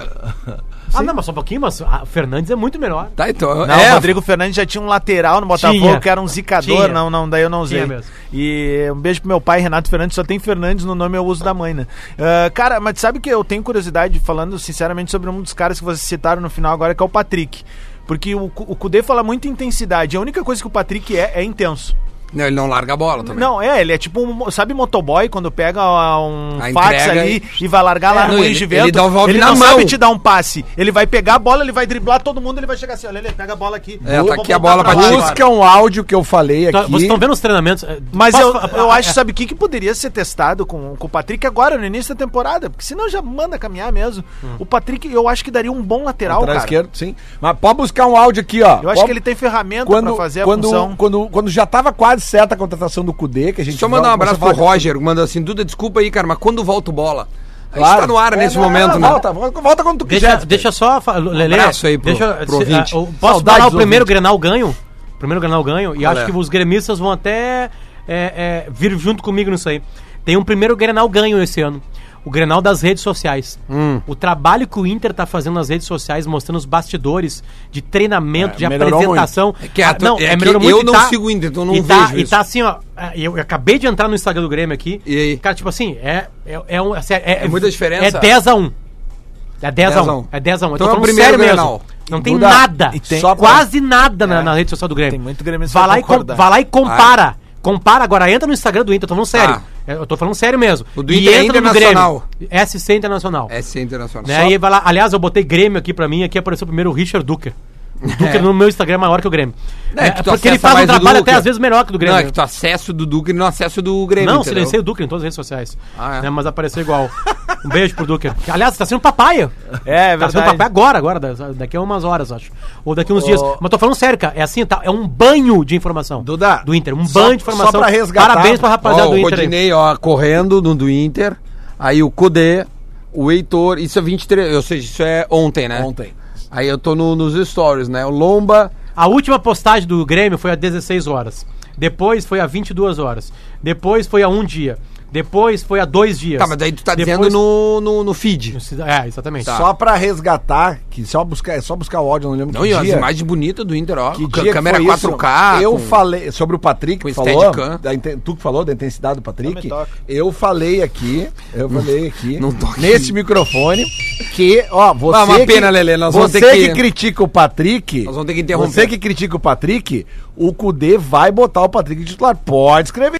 F: Ah, não, mas só um pouquinho, mas ah, o Fernandes é muito melhor.
B: tá, então.
H: Não, o Rodrigo Fernandes já tinha um lateral no Botafogo,
F: É? Tinha.
H: que era um zicador,
F: Tinha.
H: não, não, daí eu não usei.
F: Tinha mesmo.
H: E um beijo pro meu pai, Renato Fernandes, só tem Fernandes no nome, eu uso da mãe, né? Ah, cara, mas sabe que eu tenho curiosidade, falando sinceramente, sobre um dos caras que vocês citaram no final agora, que é o Patrick. Porque o, Cu- o Kudê fala muita intensidade, a única coisa que o Patrick é, é intenso.
B: Não, ele não larga a bola também.
H: Não, é, ele é tipo, um, sabe motoboy quando pega ah, um
B: A
H: fax
B: entrega
H: ali e vai largar
B: É,
H: lá
B: não,
H: no
B: ele-
H: eixo de vento?
B: ele dá o valve
H: ele
B: na
H: não
B: mão.
H: sabe te dar um passe. Ele vai pegar a bola, ele vai driblar todo mundo, ele vai chegar assim, olha, ele pega a bola aqui.
B: É,
H: Eu
B: tá
H: vou
B: aqui a
H: botar
B: bola pra ti.
H: fora.
E: busca um áudio que eu falei
F: Tá,
E: aqui.
F: Vocês estão vendo os treinamentos? É,
H: Mas
F: posso
H: eu,
F: fa-
H: eu
F: ah,
H: acho,
F: é,
H: sabe o que, que poderia ser testado com, com o Patrick agora, no início da temporada? Porque senão já manda caminhar mesmo.
B: Hum.
H: O Patrick, eu acho que daria um bom lateral,
E: Lateral
H: cara.
E: esquerdo, sim. Mas pode buscar um áudio aqui, ó.
H: Eu acho
E: Pode-
H: que ele tem ferramenta
E: quando,
H: pra fazer a
E: quando,
B: um
H: função.
E: quando, quando já tava quase certa a contratação do Cudê, que a gente.
B: Deixa eu mandar um abraço pro
E: começou a falar-
B: Roger, que manda assim, Duda, desculpa aí, cara, mas quando volta o bola? A gente
E: Claro.
B: tá no ar
E: É,
B: nesse
E: não,
B: momento,
E: não,
B: né?
E: Volta, volta, volta quando tu
F: Deixa,
E: quiser.
F: deixa só, fa- Lele.
B: Um abraço aí pro-
F: deixa,
B: pro
F: se-
B: ouvinte.
F: ah, eu posso
E: Saudades
F: falar o
E: do
F: primeiro
E: ouvinte.
F: Grenal ganho? Primeiro Grenal ganho, e
B: Qual
F: acho
B: é?
F: que os gremistas vão até é, é, vir junto comigo nisso aí. Tem um primeiro Grenal ganho esse ano. o Grenal das redes sociais.
B: Hum.
F: O trabalho que o Inter tá fazendo nas redes sociais, mostrando os bastidores de treinamento,
E: É,
F: de
E: melhorou
F: apresentação.
B: É que a-
F: Ah, não,
B: é
F: é,
B: que
F: melhorou muito
B: eu
F: e
B: não sigo o Inter, então eu não
F: e tá,
B: vejo
F: E
B: isso.
F: tá assim, ó. ah, Eu, eu acabei de entrar no Instagram do Grêmio aqui.
B: E aí?
F: Cara, tipo assim, é, é, é, um- assim, é,
B: É muita diferença?
F: É 10 a 1 É 10 a 1
B: 10 a 1.
F: É 10 a 1 Eu
B: Então é o
F: tô falando
B: primeiro
F: sério
B: Grenal.
F: mesmo. Não tem
E: Duda,
F: nada.
E: e tem-
F: só quase nada na,
H: É.
F: na rede social do Grêmio.
H: Tem muito gremista
F: Vai
H: que
F: lá, e com,
H: concorda.
F: vai lá
B: Ah.
F: e compara. Compara agora, entra no Instagram do Inter, eu tô falando sério.
B: Tá.
F: É, Eu tô falando sério mesmo.
B: O do Inter é Internacional.
F: Grêmio. SC Internacional.
B: SC É, Internacional.
F: Né? E vai lá- aliás, eu botei Grêmio aqui pra mim, aqui apareceu primeiro o Richard Duker. O Duker no meu Instagram é maior que o Grêmio.
B: É,
F: É,
B: que tu
F: porque ele
B: acessa
F: faz
B: mais
F: um
B: o
F: trabalho
B: Duker.
F: até às vezes melhor que o do Grêmio.
B: Não, é que tu acesso do Duque não acesso do Grêmio.
F: Não,
B: entendeu?
F: silenciei o Duker em todas as redes sociais.
B: Ah, é?
F: né, mas apareceu igual. Um beijo pro Duker. Aliás, tá sendo papai.
H: É, é
F: Tá sendo
H: verdade.
F: papai agora, agora, da- daqui a umas horas, acho. Ou daqui a uns dias. Mas tô falando sério, cara. É assim, tá, é um banho de informação.
E: Duda,
F: Do Inter. Um
E: só-
F: banho de
E: só
F: informação.
E: pra resgatar.
F: Parabéns pra rapaziada
B: Ó,
F: do
B: o
F: Inter. aí.
B: Rodinei, ó, correndo no do Inter. Aí o Kudê, o Heitor, isso é 23, ou seja, isso é ontem, né?
E: Ontem.
B: Aí eu tô no- nos stories, né? O Lomba,
F: A última postagem do Grêmio foi a 16 horas. Depois foi a 22 horas. Depois foi a um dia. Depois foi a dois dias.
B: Tá, mas daí tu tá
F: Depois-
B: dizendo no, no, no Tá. feed.
F: É, exatamente.
E: Só pra resgatar, que só buscar, é só buscar o áudio, não lembro
B: Não,
E: que
B: e as
E: dia.
B: imagens bonitas do Inter, ó.
E: Que
B: Cã-
E: dia
B: câmera
E: que foi isso?
B: 4K.
E: Eu
B: com-
E: falei sobre o Patrick
B: com
E: que falou,
B: Steadicam.
E: da inten- tu que falou da intensidade do
H: Não
E: Patrick.
H: me toca.
E: Eu falei aqui, eu falei aqui,
B: não toque.
E: nesse microfone que, ó, você
B: Ah, uma
E: que-
B: pena, Lelê, nós vamos
E: você
B: ter que-
E: que... critica o Patrick,
B: Nós vamos ter que interromper.
E: Você que critica o Patrick, o Cudê vai botar o Patrick de titular. Pode escrever.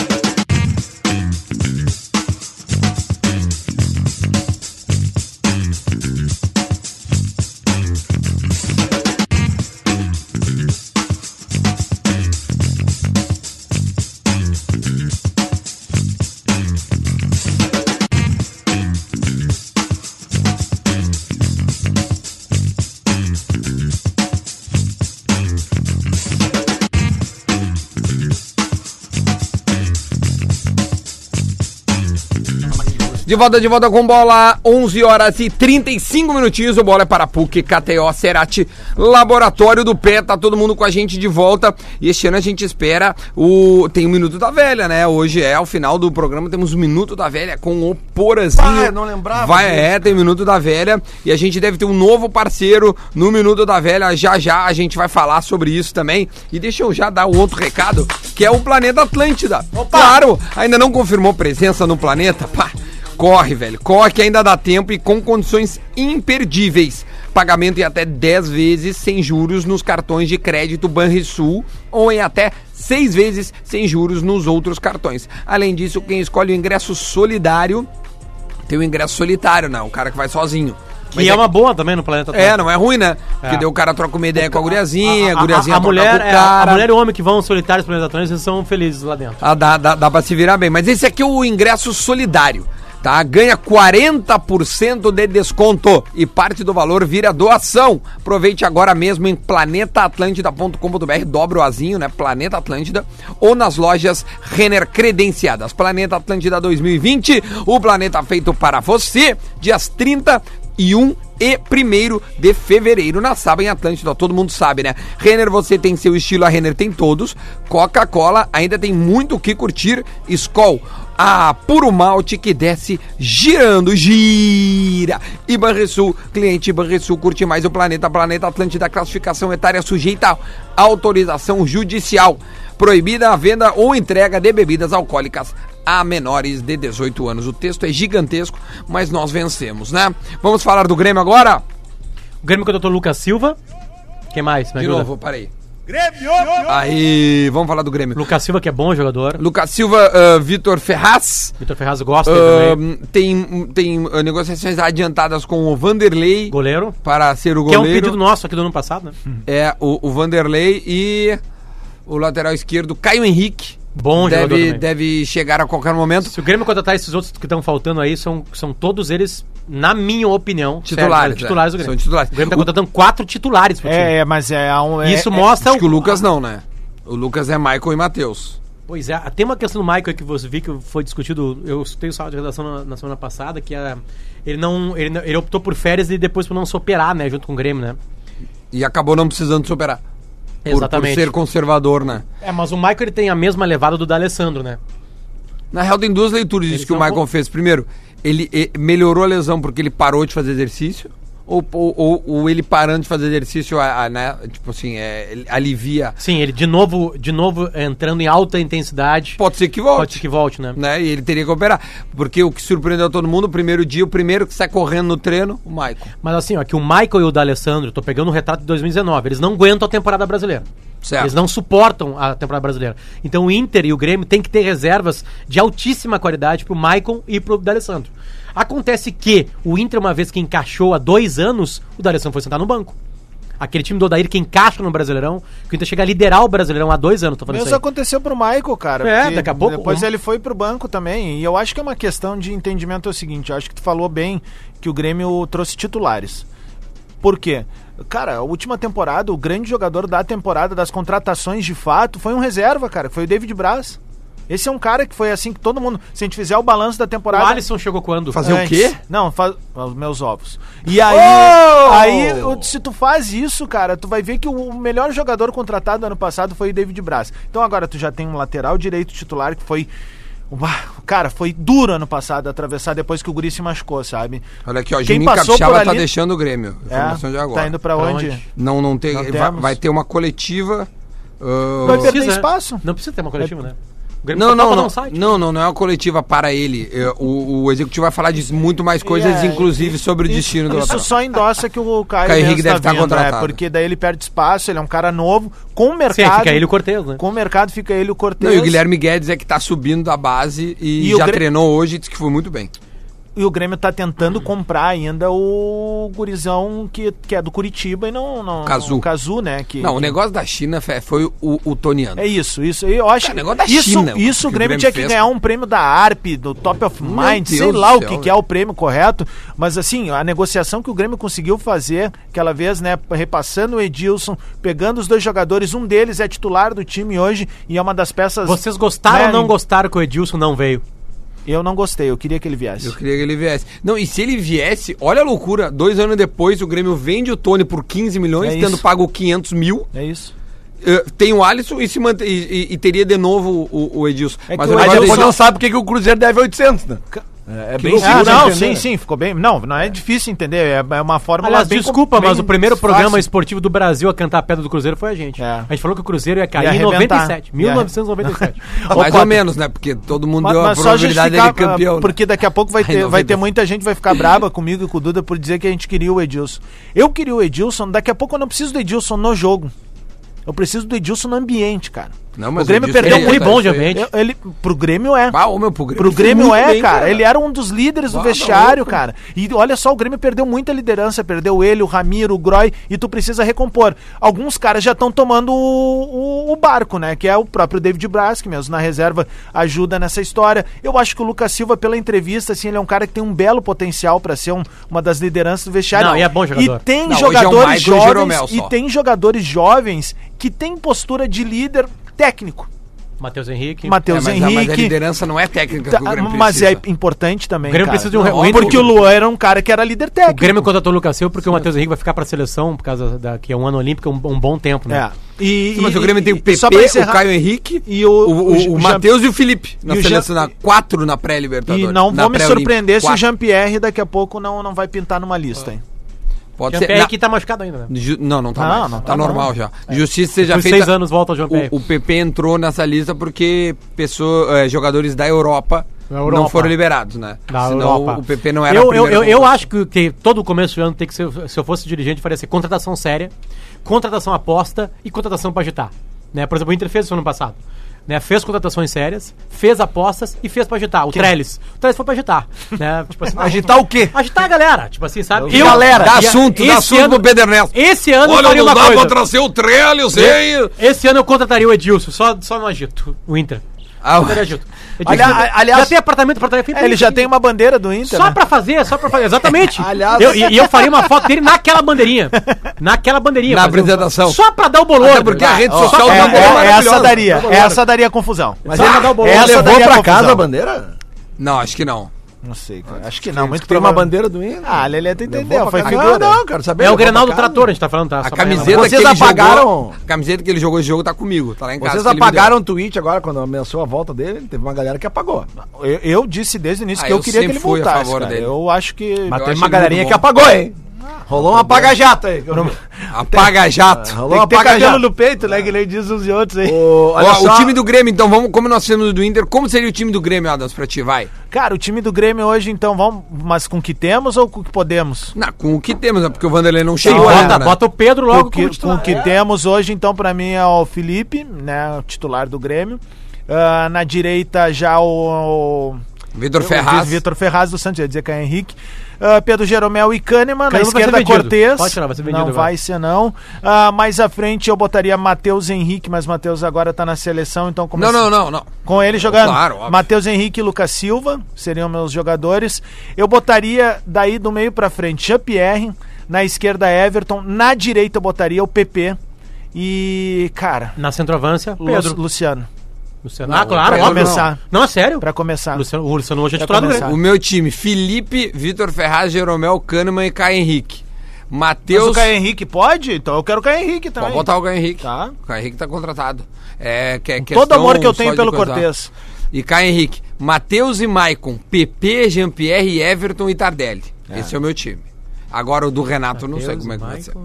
B: De volta, de volta com bola, 11 horas e 35 minutinhos. O bola é para PUC, KTO, Cerati, Laboratório do Pé. Tá todo mundo com a gente de volta. E este ano a gente espera o. Tem o Minuto da Velha, né? Hoje é, ao final do programa, temos o Minuto da Velha com o Porazinho.
E: Pá, eu não lembrava
B: Vai,
E: disso.
B: é, tem o Minuto da Velha. E a gente deve ter um novo parceiro no Minuto da Velha. Já já a gente vai falar sobre isso também. E deixa eu já dar um outro recado, que é o Planeta Atlântida. Claro, ainda não confirmou presença no planeta? Pá. Corre, velho. Corre que ainda dá tempo e com condições imperdíveis. Pagamento em até 10 vezes sem juros nos cartões de crédito Banrisul ou em até 6 vezes sem juros nos outros cartões. Além disso, quem escolhe o ingresso solidário tem o ingresso solitário, né? O cara que vai sozinho. Mas
F: E é uma boa também no planeta
B: é,
F: Atlântico.
B: não é ruim, né? Porque
F: É. Então,
B: daí o cara troca uma ideia com a guriazinha, a,
F: a, a-
B: guriazinha
F: a
B: troca
F: mulher,
B: com o
F: é,
B: cara.
F: a mulher e o homem que vão solitários pro planeta Atlântico, eles são felizes lá dentro.
B: Ah, dá, dá, dá pra se virar bem. Mas esse aqui é o ingresso solidário, tá? Ganha 40% de desconto e parte do valor vira doação. Aproveite agora mesmo em planetaatlântida.com.br, dobra o azinho, né? Planeta Atlântida, ou nas lojas Renner credenciadas. Planeta Atlântida 2020, o planeta feito para você, dias 30 e 1 e 1 de fevereiro na Saba em Atlântida. Todo mundo sabe, né? Renner, você tem seu estilo, a Renner tem todos. Coca-Cola ainda tem muito o que curtir. Skol, a puro malte que desce girando, gira. E Banrisul, cliente Banrisul, curte mais o planeta. Planeta Atlântida, classificação etária sujeita a autorização judicial. Proibida a venda ou entrega de bebidas alcoólicas a menores de 18 anos. O texto é gigantesco, mas nós vencemos, né? Vamos falar do Grêmio agora?
F: O Grêmio contratou o Lucas Silva. Quem mais? Me
B: De
F: ajuda.
B: novo, parei.
D: Grêmio!
B: Aí, vamos falar do Grêmio.
F: Lucas Silva, que é bom jogador.
B: Lucas Silva, ah, Vitor Ferraz.
F: Vitor Ferraz gosta dele também.
B: ah, tem tem ah, negociações adiantadas com o Vanderlei
F: Goleiro.
B: para ser o
F: Que é
B: goleiro.
F: um pedido nosso aqui do ano passado, né?
B: É, o, o Vanderlei e o lateral esquerdo, Caio Henrique.
F: Bom jogador
B: deve,
F: também.
B: deve chegar a qualquer momento.
F: Se o Grêmio contratar esses outros que estão faltando aí, são, são todos eles, na minha opinião,
B: Titulares,
F: sério, titulares
B: é.
F: do Grêmio.
B: São titulares.
F: O Grêmio tá
B: O-
F: contratando quatro titulares pro time.
H: É, é, mas é há um. é-
F: Isso
H: é-
F: mostra
B: Acho que o
F: o...
B: Lucas não, né? O Lucas é Michael e Matheus.
F: Pois é, tem uma questão do Michael aí que você vi que foi discutido, eu escutei o saldo de redação na, na semana passada, que era, ele não ele, não- ele optou por férias e depois por não se operar, né, junto com o Grêmio, né?
B: E acabou não precisando superar. por-
F: Exatamente.
B: Por ser conservador, né?
F: É, mas o Michael ele tem a mesma levada do D'Alessandro, né?
B: Na real, tem duas leituras disso
F: Ele
B: que o
F: não
B: Michael
F: con-
B: fez. Primeiro, ele eh, melhorou a lesão porque ele parou de fazer exercício. Ou, ou, ou- ou ele parando de fazer exercício, a- a, né, tipo assim, é, ele alivia.
F: Sim, ele de novo, de novo é, entrando em alta intensidade.
B: Pode ser que volte.
F: Pode ser que volte, né?
B: Né? E ele teria que operar. Porque o que surpreendeu todo mundo, o primeiro dia, o primeiro que sai correndo no treino, o Michael.
F: Mas assim, ó, que o Michael e o D'Alessandro, tô pegando o retrato de 2019, eles não aguentam a temporada brasileira.
B: Certo.
F: Eles não suportam a temporada brasileira. Então o Inter e o Grêmio têm que ter reservas de altíssima qualidade pro Michael e pro D'Alessandro. Acontece que o Inter, uma vez que encaixou há dois anos, o D'Alessandro foi sentar no banco. Aquele time do Odair que encaixa no Brasileirão, que o Inter chega a liderar o Brasileirão há dois anos, tô falando
H: Mesmo
F: isso aí.
H: aconteceu pro Michael, cara.
F: É,
H: porque
F: daqui a pouco-
H: Depois
F: um-
H: ele foi pro banco também. E eu acho que é uma questão de entendimento é o seguinte: eu acho que tu falou bem que o Grêmio trouxe titulares. Por quê? Cara, a última temporada, o grande jogador da temporada das contratações de fato foi um reserva, cara, que foi o David Braz. Esse é um cara que foi assim que todo mundo. Se a gente fizer o balanço da temporada.
F: O Alisson chegou quando?
E: Fazer o quê?
H: Não, faz os meus ovos. E aí,
B: Oh!
H: aí, o- se tu faz isso, cara, tu vai ver que o melhor jogador contratado ano passado foi o David Braz. Então agora tu já tem um lateral direito titular que foi. Uá, Cara, foi duro ano passado atravessar depois que o Guri se machucou, sabe?
B: Olha aqui, ó,
H: Quem
B: Juninho
H: passou
B: Capixaba
H: por
B: tá
H: ali-
B: deixando o Grêmio.
H: É,
B: Informação de agora.
H: Tá indo pra,
F: Pra
H: onde?
F: onde?
B: Não, não tem.
H: Não
B: vai,
H: temos.
B: vai ter uma coletiva. ah,
H: Vai perder espaço? É.
F: Não precisa ter uma coletiva, né? O Grêmio
B: Não,
F: só
B: não,
F: falta dar
B: não,
F: um site.
B: não, não, não é uma coletiva para ele. É, O, o executivo vai falar de muito mais coisas,
H: É,
B: inclusive sobre o destino do
H: isso, isso
B: lateral.
H: só endossa que o Caio,
B: Caio
H: Mendes
B: Henrique deve tá
H: vindo,
B: contratado.
H: É, porque daí ele perde espaço, ele é um cara novo, com o mercado.
F: Sim, é, fica ele e o Cortez, né?
H: Com o mercado fica ele e o
B: Não,
H: Cortez.
B: e o Guilherme Guedes é que tá subindo da base e,
H: E o
B: já
H: Gre-
B: treinou hoje e disse que foi muito bem.
H: E o Grêmio tá tentando comprar ainda o gurizão que, que é do Curitiba e não... não
B: Cazu.
H: O Cazu, né? Que,
B: Não, o
H: que-
B: negócio da China Fé, foi o, o Toniano.
H: É isso, isso. Eu acho
B: Cara, negócio da
H: isso,
B: China,
H: isso
B: o
H: o
B: que o
H: Grêmio,
B: Grêmio
H: tinha que
B: fez,
H: ganhar um prêmio da ARP, do Top of
B: Meu
H: Mind,
B: Deus
H: sei
B: do
H: lá o
B: céu,
H: que, que é
B: velho.
H: o prêmio correto. Mas assim, a negociação que o Grêmio conseguiu fazer aquela vez, né? Repassando o Edilson, pegando os dois jogadores, um deles é titular do time hoje e é uma das peças.
F: Vocês gostaram ou
H: né,
F: não gostaram que o Edilson não veio?
H: Eu não gostei, eu queria que ele viesse.
B: Eu queria que ele viesse. Não, e se ele viesse, olha a loucura. Dois anos depois, o Grêmio vende o Tony por 15 milhões,
H: É
B: tendo
H: isso.
B: pago 500 mil.
H: É isso.
B: Eh, tem o Alisson e, se mantém, e, e- e teria de novo o, o Edilson.
H: É
B: Mas
H: que
B: o
H: o
E: Aí
B: negócio
E: depois
B: desse-
E: não sabe porque que o Cruzeiro deve 800, né? É, é bem
H: Ah,
E: seguro,
H: não,
E: né?
H: sim, sim, ficou bem. Não, não é, difícil entender. É, é uma forma.
F: Aliás, desculpa, mas o primeiro programa esportivo do Brasil a cantar a pedra do Cruzeiro foi a gente.
H: É.
F: A gente falou que o Cruzeiro ia cair
H: Ia
F: em
H: arrebentar.
F: 97. 1997.
B: Mais ou menos, né? Porque todo mundo
H: Mas,
B: deu a
H: mas só
B: probabilidade dele
H: justificar,
B: campeão.
H: campeão,
B: né?
H: porque daqui a pouco vai
B: Ai,
H: ter,
B: não,
H: vai
B: meu
H: ter
B: Deus.
H: muita gente que vai ficar braba comigo e com o Duda por dizer que a gente queria o Edilson. Eu queria o Edilson, daqui a pouco eu não preciso do Edilson no jogo. Eu preciso do Edilson no ambiente, cara.
B: Não, mas
H: o Grêmio
B: Edilson
H: perdeu
B: é
F: muito
B: isso
F: bom de
B: aí.
F: ambiente.
H: Eu- ele, pro Grêmio é.
B: Ah, ô, meu, pro Grêmio,
H: Pro
B: foi
H: Grêmio
B: muito
H: é,
B: bem,
H: cara. Ele era um dos líderes do
B: Ah,
H: vestiário, cara. E olha só, o Grêmio perdeu muita liderança. Perdeu ele, o Ramiro, o Groy, e tu precisa recompor. Alguns caras já estão tomando o, o- o barco, né? Que é o próprio David Braz, que mesmo na reserva ajuda nessa história. Eu acho que o Lucas Silva, pela entrevista, assim, ele é um cara que tem um belo potencial pra ser um- uma das lideranças do vestiário.
F: Não, e é bom jogador.
H: E tem
B: Não, hoje é o Michael e
H: jogadores
B: o Jeromel
H: jovens.
B: só.
H: E tem jogadores jovens que têm postura de líder técnico.
F: Matheus Henrique.
B: É,
H: Matheus
B: mas, a- mas a
H: Henrique,
B: liderança não é técnica
H: Tá,
B: que o Grêmio
H: mas é
B: precisa.
H: importante também.
F: O Grêmio
H: cara.
F: precisa de um
H: Não,
F: re-
H: Porque o Luan era um cara que era líder
F: o
H: técnico.
F: Grêmio contratou o Lucas Silva porque o Matheus Henrique vai ficar pra seleção, por causa da, que é um ano olímpico, um, um bom tempo, né?
H: É. E,
B: Mas
H: e-
B: o Grêmio tem o
H: e-
B: PP,
H: só pra encerrar,
B: o Caio Henrique,
H: e o,
B: o, o, o,
H: Jean-
B: Matheus e o Felipe. Na
H: e o
B: seleção,
H: Jean-
B: na quatro na
H: E
B: pré-libertadores.
H: não
B: na
H: vou me
B: pré-olímpica.
H: surpreender se o
B: Quatro.
H: Jean-Pierre daqui a pouco não, não vai pintar numa lista, hein?
B: Pode ser.
F: Jean-Pierre
B: Na-
F: que tá machucado ainda, né?
B: Ju- Não, não tá
H: Não,
B: mais.
H: não
B: tá
H: tá
B: normal já. Justiça seja
F: Por
B: feita.
F: seis anos volta o Jean-Pierre.
B: O, o PP entrou nessa lista porque pessoa, eh, jogadores da Europa,
F: Da Europa.
B: não foram liberados, né?
F: da
B: Senão
F: Europa.
B: o PP não era a
F: eu, eu,
B: primeira
F: eu, eu
B: convocação.
F: acho que, que todo o começo do ano tem que ser, se eu fosse dirigente, faria assim, contratação séria, contratação aposta e contratação para agitar. Né? Por exemplo, o Inter fez isso ano passado. Né? Fez contratações sérias, fez apostas e fez pra agitar. O Trellis. O Trellis foi pra agitar. Né? Tipo assim,
B: tá
E: Agitar o quê?
F: Agitar a galera. Tipo assim, sabe? Eu-
E: Galera,
B: Dá
F: e a-
B: assunto, dá
F: esse
B: assunto
F: ano-
B: pro Pedro Ernesto.
F: Esse ano eu
B: Olha,
F: faria
B: não
F: uma
B: dá pra
F: coisa.
B: trazer o Trellis, hein?
F: Esse ano eu contrataria o Edilson, só, só no agito. O Inter.
B: Ah,
F: Contrataria o Edilson.
H: Aliás-
F: Edilson. já
H: aliás-
F: tem apartamento pra trazer.
H: É, ele já tem uma bandeira do
B: Então,
H: Inter.
F: Só
H: né?
F: pra fazer, só pra fazer, exatamente.
E: Aliás-
F: Eu- e e eu faria uma foto dele naquela bandeirinha. Naquela bandeirinha.
B: Na
F: fazer um-
B: apresentação.
F: Só pra dar o Ah, bolão.
B: Até porque a rede social
H: É,
B: tá
H: é-
B: boa,
H: essa
B: maravilhosa.
H: daria, essa daria confusão.
E: Mas ele,
H: essa
E: ele levou
H: daria
E: pra
H: confusão.
E: casa a bandeira?
B: Não, acho que não.
H: Não sei, cara. Acho que não, muito
E: Tem uma
H: provável.
E: bandeira do Inter.
H: Ah, Lelê, tu
E: Levou
H: entendeu,
E: pra
H: foi
E: caralho.
H: figura.
E: Não, não, quero saber.
F: É o
E: levou pra
F: Grenal do
E: caralho.
F: Trator, a gente tá falando, tá?
B: A camiseta
E: Vocês
B: que ele
E: apagaram?
B: jogou, a camiseta que ele jogou esse jogo tá comigo, tá lá em casa.
E: Vocês
B: que ele me
E: apagaram o tweet agora, quando ameaçou a volta dele, teve uma galera que apagou.
H: Eu, eu disse desde o início
B: Ah,
H: que eu
B: eu
H: queria que
B: sempre
H: ele
B: fui a
H: voltasse.
B: favor
H: cara.
B: dele.
H: Eu acho que.
B: Eu
E: Mas teve
B: achei
E: uma
B: muito
E: galerinha
B: bom.
E: que apagou, hein? Rolou um apaga-jato aí.
B: deu. Apaga jato.
E: Rolou um
H: Tem que ter cabelo
E: apaga-jato.
H: no peito, né? Que nem diz uns e outros aí.
E: O- olha
B: Ó,
E: só,
B: o time do Grêmio, então, vamos, como nós fizemos o do Inter, como seria o time do Grêmio, Adams, pra ti? Vai.
H: Cara, o time do Grêmio hoje, então, vamos. Mas com o que temos ou com o que podemos?
B: Na, com o que temos, né? Porque o Vanderlei não
F: E
B: chegou
F: bota,
B: ainda, né?
F: bota o Pedro
H: Com
F: logo É.
H: o que, com o que temos hoje, então, pra mim é o Felipe, né? O titular do Grêmio. Ah, na direita já o.
B: Vitor
H: o
B: Ferraz.
H: Vitor Ferraz do Santos, eu ia dizer que é Henrique. Ah, Pedro Jeromel e
F: Kahneman
H: Kahneman.
F: vai
H: na
F: ser
H: esquerda,
F: vendido.
H: Cortez.
F: Pode tirar, vai ser vendido
H: Não
F: agora.
H: vai ser, não. Ah, mais à frente eu botaria Matheus Henrique, mas Matheus agora tá na seleção, então como
B: Não, não, não, não.
H: Com ele jogando.
B: Claro, óbvio.
H: Matheus Henrique e Lucas Silva seriam meus jogadores. Eu botaria daí do meio pra frente Jean-Pierre, na esquerda Everton, na direita eu botaria o PP e, cara,
F: Na centroavância,
H: Lu-
F: Pedro.
H: Luciano,
F: Luciano. Ah, claro,
H: pra
F: óbvio.
H: começar.
F: Não, Não, é sério.
H: pra começar.
F: Luciano, o Luciano hoje é titular do
H: começar.
F: Grêmio.
B: O meu time, Felipe, Vitor Ferraz, Jeromel, Kahneman e Caio Henrique.
H: Mas o
B: Matheus...
H: Caio Henrique pode? Então eu quero o Caio Henrique também.
B: Pode botar o Caio Henrique.
H: Tá.
B: O Caio Henrique tá contratado. É, que, é
H: Todo
B: questão
H: amor que eu
B: só
H: tenho
B: de
H: pelo
B: coisar.
H: Cortez.
B: E Caio Henrique, Matheus e Maicon, PP, Jean-Pierre, Everton e Tardelli. Esse é o meu time. Agora o do Renato, não sei como é que vai ser.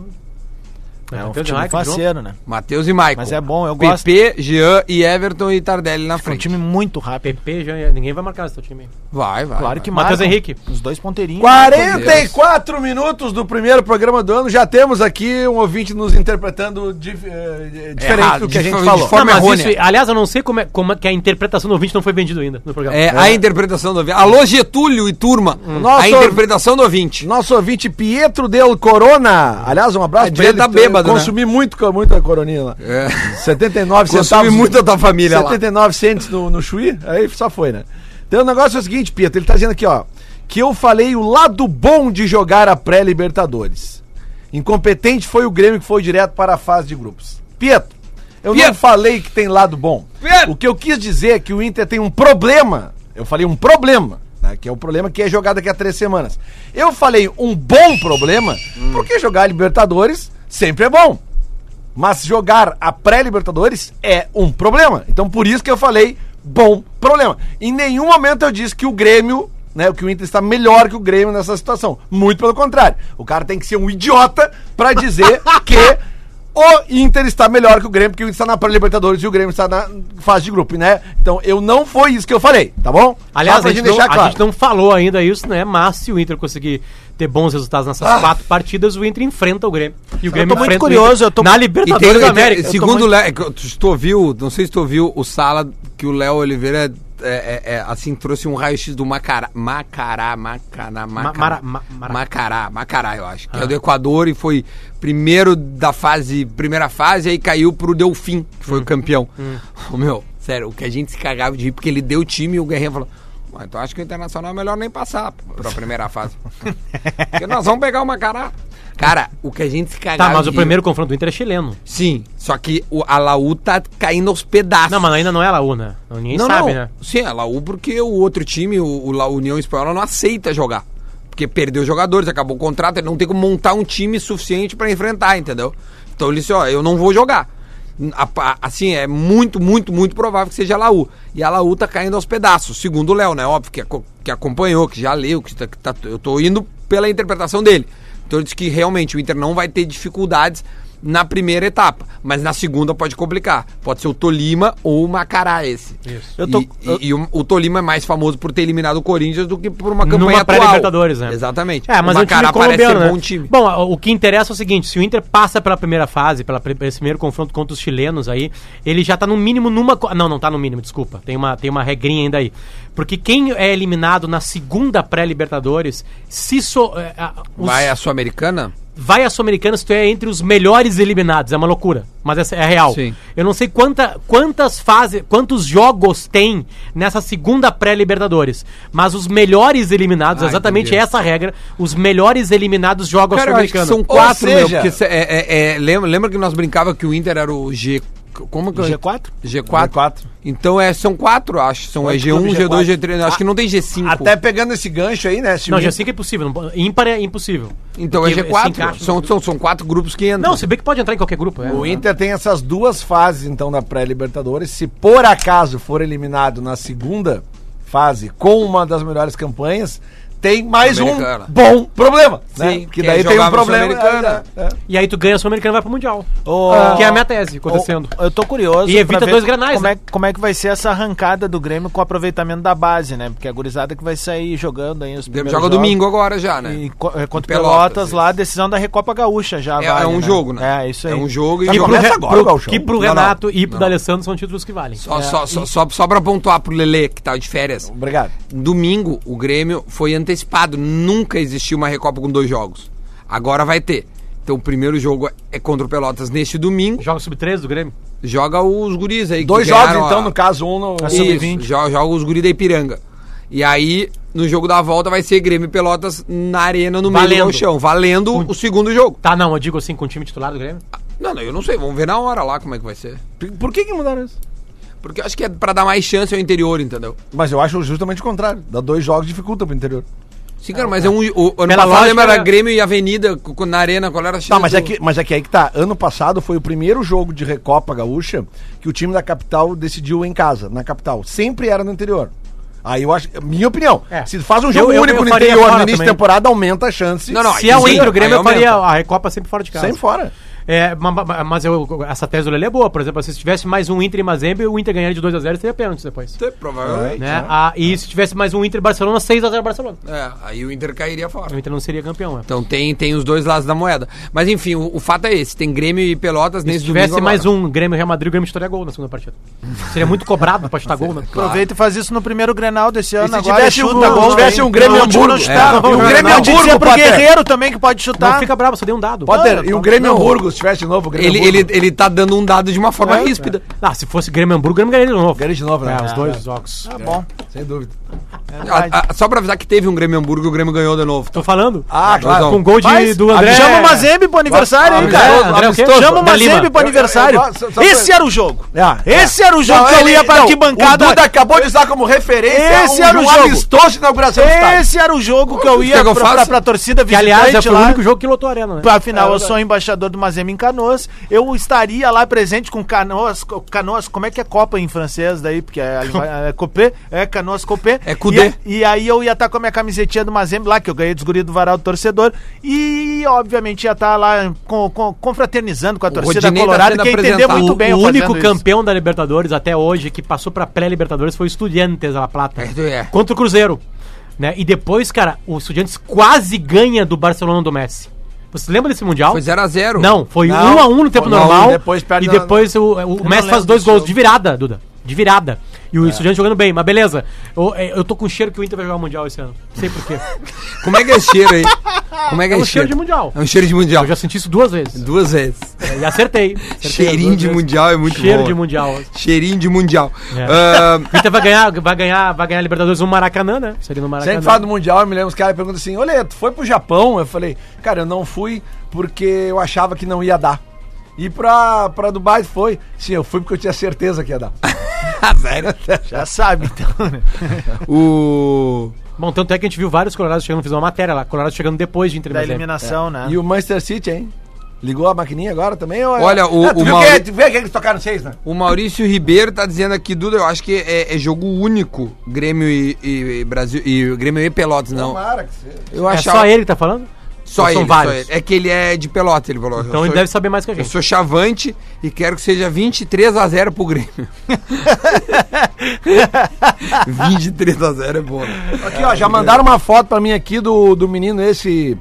F: É,
H: É um
F: o
H: time faceiro, né?
B: Matheus e Maicon.
H: Mas é bom, eu gosto.
B: PP, Jean e Everton e Tardelli na
H: É um
B: frente.
H: time muito rápido.
F: PP, já é- ninguém vai marcar esse teu time. aí.
B: Vai, vai.
H: Claro
B: vai.
H: que
F: Matheus
H: marcam.
F: Henrique.
H: Os dois ponteirinhos.
E: 44 minutos do primeiro programa do ano, já temos aqui um ouvinte nos interpretando dif- eh, diferente
B: Errado,
E: do que a
B: de
E: gente
B: fo-
E: falou.
B: de forma
F: Não, mas
B: errônea.
F: isso- aliás, eu não sei como é, como é que a interpretação do ouvinte não foi vendido ainda no programa.
B: É, a interpretação do ouvinte. Alô, Getúlio e turma.
H: Hum.
E: Nossa,
B: a interpretação do ouvinte.
E: Nosso ouvinte Pietro Del Corona. Aliás, um abraço
B: É, devia tá bêbado, né?
E: Consumi muito, co- muita coroninha lá.
B: É.
E: 79
B: Consumi
E: centavos.
B: muito da família lá.
E: 79 centos no, no Chuí, aí só foi, né? Então o negócio é o seguinte, Pietro, ele tá dizendo aqui, ó, que eu falei o lado bom de jogar a pré-Libertadores. Incompetente foi o Grêmio que foi direto para a fase de grupos. Pietro, eu
B: Pietro.
E: não falei que tem lado bom.
B: Pietro.
E: O que eu quis dizer é que o Inter tem um problema. Eu falei um problema, né, que é o problema que é jogar daqui a três semanas. Eu falei um bom problema, porque jogar a Libertadores sempre é bom. Mas jogar a pré-Libertadores é um problema. Então por isso que eu falei bom problema. Em nenhum momento eu disse que o Grêmio, né, que o Inter está melhor que o Grêmio nessa situação. Muito pelo contrário. O cara tem que ser um idiota pra dizer que o Inter está melhor que o Grêmio, porque o Inter está na pré-Libertadores e o Grêmio está na fase de grupo, né? Então eu não foi isso que eu falei, tá bom?
F: Aliás,
E: Só pra
F: a gente, não, a gente não falou ainda isso, né? Mas se o Inter conseguir ter bons resultados nessas quatro partidas, o Inter enfrenta o Grêmio. E o Grêmio
H: muito
F: enfrenta o
H: curioso,
F: Inter
H: eu tô-
F: na
B: E
F: Libertadores
B: tem, e
F: da
B: tem-
F: América.
B: segundo o Léo, é que eu- tu, tu ouviu, não sei se tu ouviu o Sala, que o Léo Oliveira é, é, é, assim, trouxe um raio-x do Macará, Macará, Macará, Macará,
F: Mara- Ma- Mara- Ah.
B: Macará, Macará, eu acho, que é do Equador e foi primeiro da fase, primeira fase, aí caiu pro Delfim, que foi o
F: Hum.
B: campeão. Ô, meu, sério, o que a gente se cagava de rir, porque ele deu o time e o Guerreiro falou, "Ué, então acho que o Internacional é melhor nem passar pra primeira fase, porque nós vamos pegar o Macará. Cara, o que a gente se cagava
F: Tá, mas
B: de
F: o
B: rir-
F: primeiro confronto do Inter é chileno.
B: Sim, só que o, a Laú tá caindo aos pedaços.
F: Não, mas ainda não é Laú, né? Não, Ninguém
B: não,
F: sabe,
B: não.
F: né?
B: Sim, a Laú porque o outro time, o, o La União Espanhola, não aceita jogar. Porque perdeu jogadores, acabou o contrato, ele não tem como montar um time suficiente pra enfrentar, entendeu? Então ele disse, ó, eu não vou jogar. A- a- assim, é muito, muito, muito provável que seja a Laú. E a Laú tá caindo aos pedaços, segundo o Léo, né? Óbvio que, aco- que acompanhou, que já leu, que, tá, que tá- eu tô indo pela interpretação dele. Então ele disse que realmente o Inter não vai ter dificuldades na primeira etapa, mas na segunda pode complicar. Pode ser o Tolima ou o Macará esse. Isso.
H: Eu tô-
B: e, e- e o, o Tolima é mais campanha por ter eliminado o Corinthians do que por uma campanha
F: Numa
B: atual.
F: pré-Libertadores, né?
B: Exatamente.
F: É, mas
B: o
F: é um time
B: Macará parece
F: colombiano,
B: ser
F: né?
B: bom time.
F: Bom, a- o que interessa é o seguinte, se o Inter passa pela primeira fase, pela, pri- esse primeiro confronto contra os chilenos aí, ele já tá no mínimo numa... co- Não, não tá no mínimo, desculpa. Tem uma, tem uma regrinha ainda aí. Porque quem é eliminado na segunda pré-Libertadores, se... So, é, a- os-
B: Vai a Sul-Americana?
F: vai a Sul-Americana se tu é entre os melhores eliminados. É uma loucura. Mas essa é real.
B: Sim.
F: Eu não sei quanta, quantas fases, quantos jogos tem nessa segunda pré-Libertadores. Mas os melhores eliminados,
B: Ah,
F: exatamente
B: entendi.
F: essa regra, os melhores eliminados jogam a
B: Cara, eu acho que
F: Sul-Americana.
B: são né?
E: Ou
B: quatro, meu,
E: seja-
B: porque cê- é- é- é, lembra, lembra que nós brincava que o Inter era o G, Como que eu-
H: G4?
B: G4.
E: G4.
B: Então é, são quatro, acho. São é G1,
H: clubes
B: G2,
H: G4.
B: G3. Acho que não tem G5.
E: Até pegando esse gancho aí, né? se
F: Não,
E: o Inter-
F: G5 é impossível. não po- Ímpar é impossível.
B: Então é
F: Porque se
B: G4.
F: encaixa-
B: São, são, são quatro grupos que entram.
F: Não, se bem que pode entrar em qualquer grupo. É.
E: O
B: Né?
E: Inter tem essas duas fases, então, da pré-Libertadores. Se por acaso for eliminado na segunda fase com uma das melhores campanhas, tem mais um
B: Sul-Americana.
E: bom problema. né?
B: é Sim,
E: Porque
B: quem
E: daí tem
B: jogava
E: um
B: no
E: problema.
B: Sul-Americana.
E: É, é.
F: E aí tu ganha a Sul-Americana e vai pro Mundial.
B: Oh.
H: Ô,
F: Que é a minha tese acontecendo.
H: ô, eu tô curioso.
F: E
H: pra
F: evita
H: ver
F: dois granais,
H: Como,
F: né?
H: é, como é que vai ser essa arrancada do Grêmio com o aproveitamento da base, né? Porque é a gurizada que vai sair jogando aí os
B: Joga
H: primeiros jogos.
B: domingo agora já, né?
H: E co- é, contra
B: Pelotas,
H: o Pelotas,
B: isso.
H: lá, decisão da Recopa Gaúcha já.
B: É,
H: vale,
B: é um jogo, né?
H: É, isso aí.
B: É um jogo e
E: Que
B: joga.
E: pro- Começa
F: Re-
E: agora o
F: pro,
E: Gauchão.
F: que pro
E: Não, não.
F: Renato e pro D'Alessandro são títulos que valem.
E: É,
B: Só, só, só, só, só pra pontuar pro Lele, que tá de férias.
E: Obrigado.
B: Domingo, o Grêmio foi antecipado. Nunca existiu uma Recopa com dois jogos. Agora vai ter. Então o primeiro jogo é contra o Pelotas neste domingo.
F: Joga sub-13 do Grêmio.
B: Joga os guris aí. que
E: Dois jogos,
B: ganharam a-
E: então, no caso, um no.
H: A
B: Isso,
H: sub-vinte.
B: jo- joga os guri da Ipiranga. E aí, no jogo da volta, vai ser Grêmio e Pelotas na arena, no meio
F: Valendo.
B: do chão, valendo o segundo jogo.
F: Tá, não, eu digo assim, com o time titular do Grêmio.
B: Não, não, eu não sei, vamos ver na hora lá como é que vai ser.
E: Por que, que mudaram isso?
B: Porque eu acho que é pra dar mais chance ao interior, entendeu?
E: Mas eu acho justamente o contrário. Dá dois jogos dificulta pro interior.
B: Sim, cara, mas é um. O, ano
F: Pela
B: passado
F: lógica,
B: lembra, era
F: era-
B: Grêmio e Avenida co- co- na arena, qual era a chance?
E: Tá, mas
B: do-
E: é, que, mas é que aí que tá. Ano passado foi o primeiro jogo de Recopa Gaúcha que o time da capital decidiu em casa, na capital. Sempre era no interior. Aí eu acho. Minha opinião.
F: É.
E: Se faz um
F: Eu-
E: jogo
F: eu-
E: único
F: eu
E: no
F: faria
E: interior no
F: fora
E: início da
F: também.
E: temporada, aumenta a chance.
B: Não, não,
F: Se é o
B: sim,
F: Inter, o Grêmio, eu
B: aí aumenta.
F: faria a Recopa sempre fora de casa.
E: Sem fora.
F: É, ma- ma- mas eu- essa tese do Lele é boa, por exemplo, se tivesse mais um Inter e Mazembe, o Inter ganharia de 2x0 e teria pênalti depois.
B: É, Provavelmente.
F: Né? Ah, e se tivesse mais um Inter e Barcelona, 6x0 Barcelona.
B: É, aí o Inter cairia fora.
F: O Inter não seria campeão, é.
B: Então tem, tem os dois lados da moeda. Mas enfim, o, o fato é esse: tem Grêmio e Pelotas
F: Se
B: nesse
F: tivesse
B: domingo
F: mais
B: agora.
F: um Grêmio e Real Madrid, o Grêmio estaria gol na segunda partida. Seria muito cobrado pra chutar gol, né?
H: Aproveita e faz isso no primeiro Grenal desse ano.
E: se
H: agora
E: tivesse
H: chuta
E: um- se
H: gol,
E: tivesse
H: hein?
E: um Grêmio
H: Não, o time
E: Hamburgo,
H: não chutava.
E: é, e
H: O
E: um
H: Grêmio
E: Grêmio
H: Hamburgo
E: Hamburgo,
H: pro
E: Potter.
H: Guerreiro também que pode
F: Não
H: chutar.
F: fica bravo, só dei um dado.
E: Potter,
H: Não,
E: e
H: não,
E: o Grêmio
B: não.
E: Hamburgo, se tivesse de novo, o Grêmio
B: Ele,
E: Hamburgo.
B: ele, ele tá dando um dado de uma forma ríspida.
F: Ah, se fosse Grêmio e Hamburgo, o Grêmio ganharia de novo.
E: Grêmio de novo, né?
F: É, os dois jogos.
H: Tá bom.
E: Sem dúvida.
B: A- a- só pra avisar que teve um Grêmio Hamburgo e o Grêmio ganhou de novo. Tá?
F: Tô falando.
E: Ah, claro.
F: Com gol de,
H: Mas,
F: do André.
H: Chama o Mazembe pro aniversário, hein,
F: André,
H: cara?
F: André o quê?
H: Chama o
F: Da Lima.
H: Mazembe pro
E: Eu- eu-
H: aniversário.
E: eu- só- só
H: Esse
E: pra-
H: era o jogo.
E: É, é.
H: Esse era o jogo
E: Não,
H: que eu
E: ele-
H: ia pra
E: não, O Duda
H: arquibancada.
E: acabou de usar como referência
H: Esse
E: um,
H: era o
E: um
H: jogo.
E: amistoso de inauguração do é um estádio.
H: Esse era o jogo que eu ia
B: Pegou
H: pra, pra,
B: fácil?
H: pra torcida
F: Que, aliás, é,
H: visitante
F: foi o
H: lá.
F: único jogo que lotou a arena, né?
H: Afinal, eu sou embaixador do Mazembe em Canoas. Eu estaria lá presente com Canoas. co- Canoas, como é que é Copa em francês daí? Porque é, é Copé, é Canoas Copé.
B: É Cudê.
H: E, e aí eu ia estar com a minha camisetinha do Mazembe lá, que eu ganhei dos guri do Varal do Torcedor. E, obviamente, ia estar lá com- com- confraternizando com a torcida
B: Rodinei tá
H: colorada,
B: sendo
H: que ia entender
B: apresentado.
H: muito
F: O,
H: bem eu
F: o único
H: fazendo isso.
F: campeão da Libertadores até hoje que passou pra pré-Libertadores foi o Estudiantes da La Plata.
B: É, é.
F: Contra o Cruzeiro. Né? E depois, cara, o Estudiantes quase ganha do Barcelona do Messi. Você lembra desse Mundial?
B: Foi 0x0.
F: Não, foi 1
E: Não.
F: a 1 no tempo
E: Foi um a um,
F: normal.
E: depois perde
F: e
E: na-
F: depois o, o Messi faz
H: lembro
F: dois
H: desse
F: gols
H: jogo.
F: de virada, Duda. De virada. E o Estudiantes jogando bem, mas beleza. Eu, é, eu tô com cheiro que o Inter vai jogar o Mundial esse ano. Não sei porquê.
B: Como é que é esse cheiro aí? Como é que é,
F: É um
B: esse cheiro?
F: cheiro de mundial.
B: É um cheiro de mundial.
F: Eu já senti isso duas vezes.
B: Duas vezes.
F: E acertei. Acertei
B: Cheirinho
F: as duas
B: de
F: vezes.
B: mundial é muito
F: Cheiro
B: bom.
F: de Mundial.
B: Cheirinho de mundial.
F: É.
B: Ah,
F: O Inter vai ganhar, vai ganhar, vai ganhar a Libertadores no Maracanã, né? Seria no Maracanã.
E: Sempre fala do Mundial, eu me lembro, os caras perguntam assim, olha, tu foi pro Japão? Eu falei, cara, eu não fui porque eu achava que não ia dar. E pra, pra Dubai foi? Sim, eu fui porque eu tinha certeza que ia dar.
B: Ah.
H: Já sabe, então. né?
B: o...
F: Bom, tanto é que a gente viu vários Colorados chegando, fiz uma matéria lá, Colorado chegando depois de Inter é. e
H: Da
F: Mazembe.
H: eliminação, né?
E: E o Manchester City, hein? Ligou a maquininha agora também? ou-
B: Olha, o-
E: Ah, tu
B: o
E: viu
B: Mauri-
E: quem é- tu viu quem é que eles tocaram seis, né?
B: o Maurício Ribeiro tá dizendo aqui, Duda, eu acho que é, é jogo único. Grêmio e, e- e Brasil... E Grêmio e Pelotas, não.
E: Tomara que seja.
B: Eu
F: É
B: achava...
F: só ele que tá falando?
B: Só
F: Ou são
B: ele, só
F: vários?
B: ele. É que ele é de pelota, ele falou.
F: Então
B: Eu
F: ele
B: sou-
F: deve saber mais que a
B: Eu
F: gente.
B: sou chavante e quero que seja 23 a 0 pro Grêmio. 23 a 0 é bom, né?
E: Aqui, ó, já mandaram uma foto pra mim aqui do, do menino esse.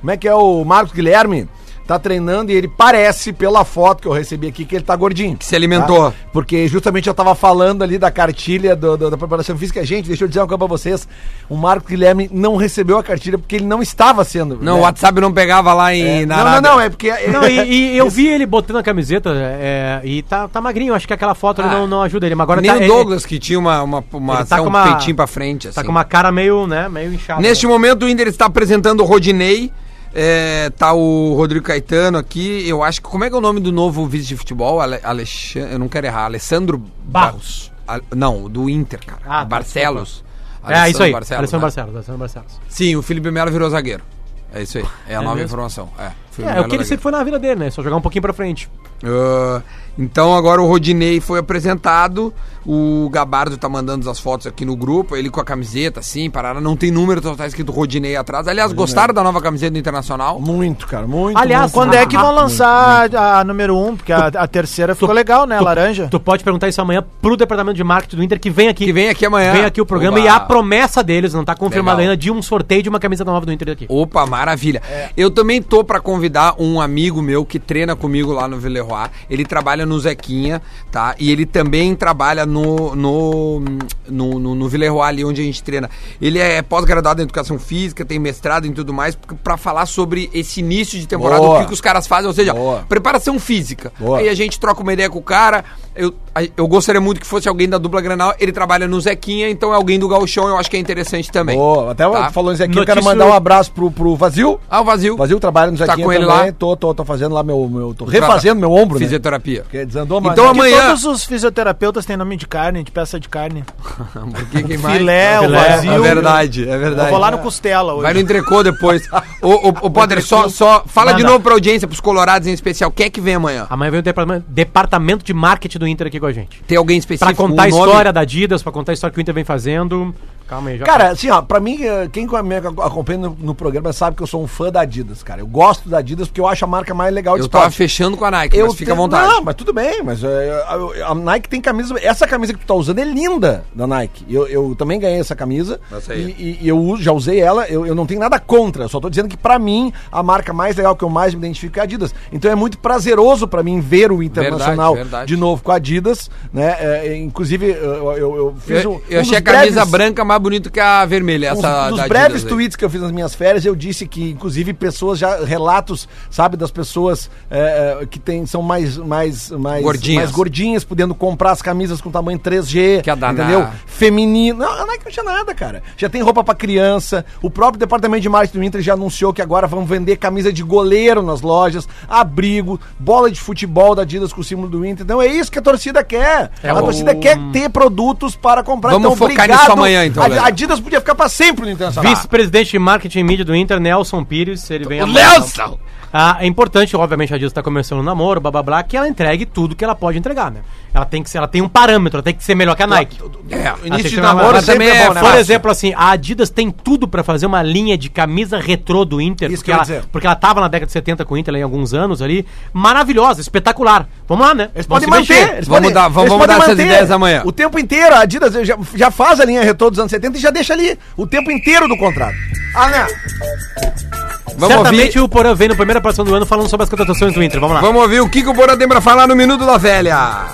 E: Como é que é o Marcos Guilherme? Tá treinando e ele parece, pela foto que eu recebi aqui, que ele tá gordinho.
B: Que se alimentou.
E: tá? Porque justamente eu tava falando ali da cartilha do- do- da preparação física. Gente, deixa eu dizer uma coisa pra vocês. O Marcos Guilherme não recebeu a cartilha porque ele não estava sendo.
B: Não, o
E: né?
B: WhatsApp não pegava lá em na
E: Não, não,
B: Arábia.
E: não, é porque. é-
F: É. Não, e, e eu vi ele botando a camiseta é, e tá, tá magrinho, acho que aquela foto ali não, não ajuda ele, mas agora
B: Ah. Nem
F: tá,
B: o
F: ele-
B: Douglas, que tinha uma, uma, uma
F: ele tá
B: ação um
F: com uma-
B: peitinho pra frente,
F: tá
B: assim.
F: com uma cara meio, né, meio inchada.
B: Neste
F: né?
B: momento, o Inter está apresentando o Rodinei. É, tá o Rodrigo Caetano aqui. Eu acho que. Como é que é o nome do novo vice de futebol? Ale, Alexandre, eu não quero errar. Alessandro
F: Barros.
B: Ba- Al- não, do Inter, cara.
F: Ah, tá,
B: Barcelos.
F: É, isso aí.
B: Barcelos,
F: Alessandro
B: né?
F: Barcelos. Alessandro Barcelos.
B: Sim, o Felipe Melo virou zagueiro. É isso aí. É a nova
F: mesmo?
B: informação. É, Felipe
F: É, é
B: Melo
F: o que ele
B: zagueiro.
F: sempre foi na vida dele, né? Só jogar um pouquinho pra frente.
B: Ah, então agora o Rodinei foi apresentado. O Gabardo tá mandando as fotos aqui no grupo. Ele com a camiseta, assim, parada. Não tem número, só tá escrito Rodinei atrás. Aliás, gostaram da nova camiseta do Internacional?
E: Muito, cara, muito.
F: Aliás,
E: muito.
H: Quando é que
F: Ah,
H: vão lançar a, a número 1? Um? Porque a, a terceira ficou legal, né?
F: Tu-
H: laranja.
F: Tu pode perguntar isso amanhã pro departamento de marketing do Inter, que vem aqui.
B: Que vem aqui amanhã.
F: Vem aqui o programa
B: Oba.
F: e a promessa deles, não tá confirmada
B: Legal.
F: ainda, de um sorteio de uma camiseta nova do Inter aqui.
B: Opa, maravilha.
E: É.
B: Eu também tô pra convidar um amigo meu que treina comigo lá no Villeroy. Ele trabalha no Zequinha, tá? E ele também trabalha no no no, no, no Villeroy ali onde a gente treina. Ele é pós-graduado em educação física, tem mestrado em tudo mais porque- pra falar sobre esse início de temporada,
E: Boa.
B: o que, que os caras fazem, ou seja,
E: Boa.
B: preparação física.
E: Boa.
B: Aí a gente troca uma ideia com o cara. Eu, a- eu gostaria muito que fosse alguém da dupla Granal. Ele trabalha no Zequinha, então é alguém do Gauchão, eu acho que é interessante também.
E: Boa, até
B: Tá.
E: falando isso aqui, eu
F: Notícia-
E: quero mandar um abraço pro, pro Vazio.
B: Ah, o vazio.
E: O Vazio trabalha no
B: Tá
E: Zequinha
B: com ele
E: também.
B: lá?
E: Tô, tô, tô fazendo lá meu, meu tô refazendo meu ombro, né?
B: Fisioterapia.
E: Porque desandou,
B: Então
E: mas-
H: Que
B: amanhã-
H: Todos os fisioterapeutas têm nome de carne, de peça de carne.
B: Porque
E: um
B: quem mais-
H: Filé, o
F: Filé,
H: vazio.
B: É verdade, é verdade.
H: Eu vou lá no Costela hoje.
B: Vai no entrecô depois. ô, ô, ô, Potter, só, só fala de
F: Manda.
B: novo pra audiência, pros colorados em especial. Quem é que vem amanhã?
F: Amanhã vem o departamento, departamento de marketing do Inter aqui com a gente.
B: Tem alguém
F: Pra
B: específico?
F: contar a
B: um nome?
F: história da Adidas, pra contar a história que o Inter vem fazendo. Calma aí, já.
E: Cara, assim, ó, pra mim, eh, quem com- me acompanha no, no programa sabe que eu sou um fã da Adidas, cara. Eu gosto da Adidas porque eu acho a marca mais legal de
B: Eu tava fechando com a Nike, mas fica à
E: te-
B: vontade.
E: Não, mas tudo bem, mas eh, a- a, a Nike tem camisa. Essa camisa que tu tá usando é linda da Nike. Eu, eu também ganhei essa camisa.
B: Essa aí.
E: e, e- e eu uso- já usei ela, eu, eu não tenho nada contra. Eu só tô dizendo que pra mim, a marca mais legal que eu mais me identifico é a Adidas. Então é muito prazeroso pra mim ver o Internacional
B: verdade.
E: de novo com a Adidas, né? Eh, inclusive, eu, eu- eu fiz
B: eu
E: um-
B: eu
E: um
B: achei a
E: dos
B: camisa
E: breves-
B: branca mais bonita que a vermelha.
E: uns-
B: Essa
E: dos
B: da Adidas
E: breves
B: aí.
E: tweets que eu fiz nas minhas férias, eu disse que, inclusive, pessoas já. relatos, sabe, das pessoas é, é, que tem, são mais, mais, mais,
B: Gordinhas.
E: mais gordinhas, podendo comprar as camisas com tamanho 3G.
B: Que a danar.
E: Entendeu? Feminino. Não, a Nike não tinha nada, cara. Já tem roupa pra criança. O próprio departamento de marketing do Inter já anunciou que agora vão vender camisa de goleiro nas lojas, abrigo, bola de futebol da Adidas com o símbolo do Inter. Então é isso que a torcida quer.
F: É
E: a
F: o-
E: torcida quer ter produtos para comprar.
B: Vamos
E: então,
B: focar nisso amanhã, então,
E: A-
B: Léo.
E: Adidas podia ficar pra sempre no
B: tá.
E: Internacional.
F: Vice-presidente de marketing e mídia do Inter, Nelson Pires, ele vem
B: O
F: amanhã.
B: Nelson!
F: Ah, é importante, obviamente, a Adidas tá começando um namoro, blá blá blá, que ela entregue tudo que ela pode entregar, né? Ela tem que ser, ela tem um parâmetro, ela tem que ser melhor que a Nike.
B: É,
F: Ela tem que
B: início de
F: ser melhor que a
B: namoro
F: Nike.
B: também é,
E: bom, né?
F: Por
B: fácil.
F: exemplo, assim, a Adidas tem tudo pra fazer uma linha de camisa retrô do Inter,
E: Isso que
F: porque
E: eu ia
F: ela,
E: dizer.
F: porque ela tava na década de 70 com o Inter em alguns anos ali, maravilhosa, espetacular. Vamos lá, né?
E: Eles
F: Vamos
E: podem
F: se mexer.
E: manter. Eles
B: Vamos
E: podem,
B: dar- vamos-
E: eles
B: vamos
E: podem
B: dar essas ideias amanhã.
E: O tempo inteiro, a Adidas já, já faz a linha retrô dos anos 70 e já deixa ali o tempo inteiro do contrato. Ah, né?
B: Vamos
F: Certamente
B: ouvir,
F: o Porã vem na primeira participação do ano falando sobre as contratações do Inter. Vamos lá.
B: vamos ouvir o que, que o Borá tem pra falar no Minuto da Velha.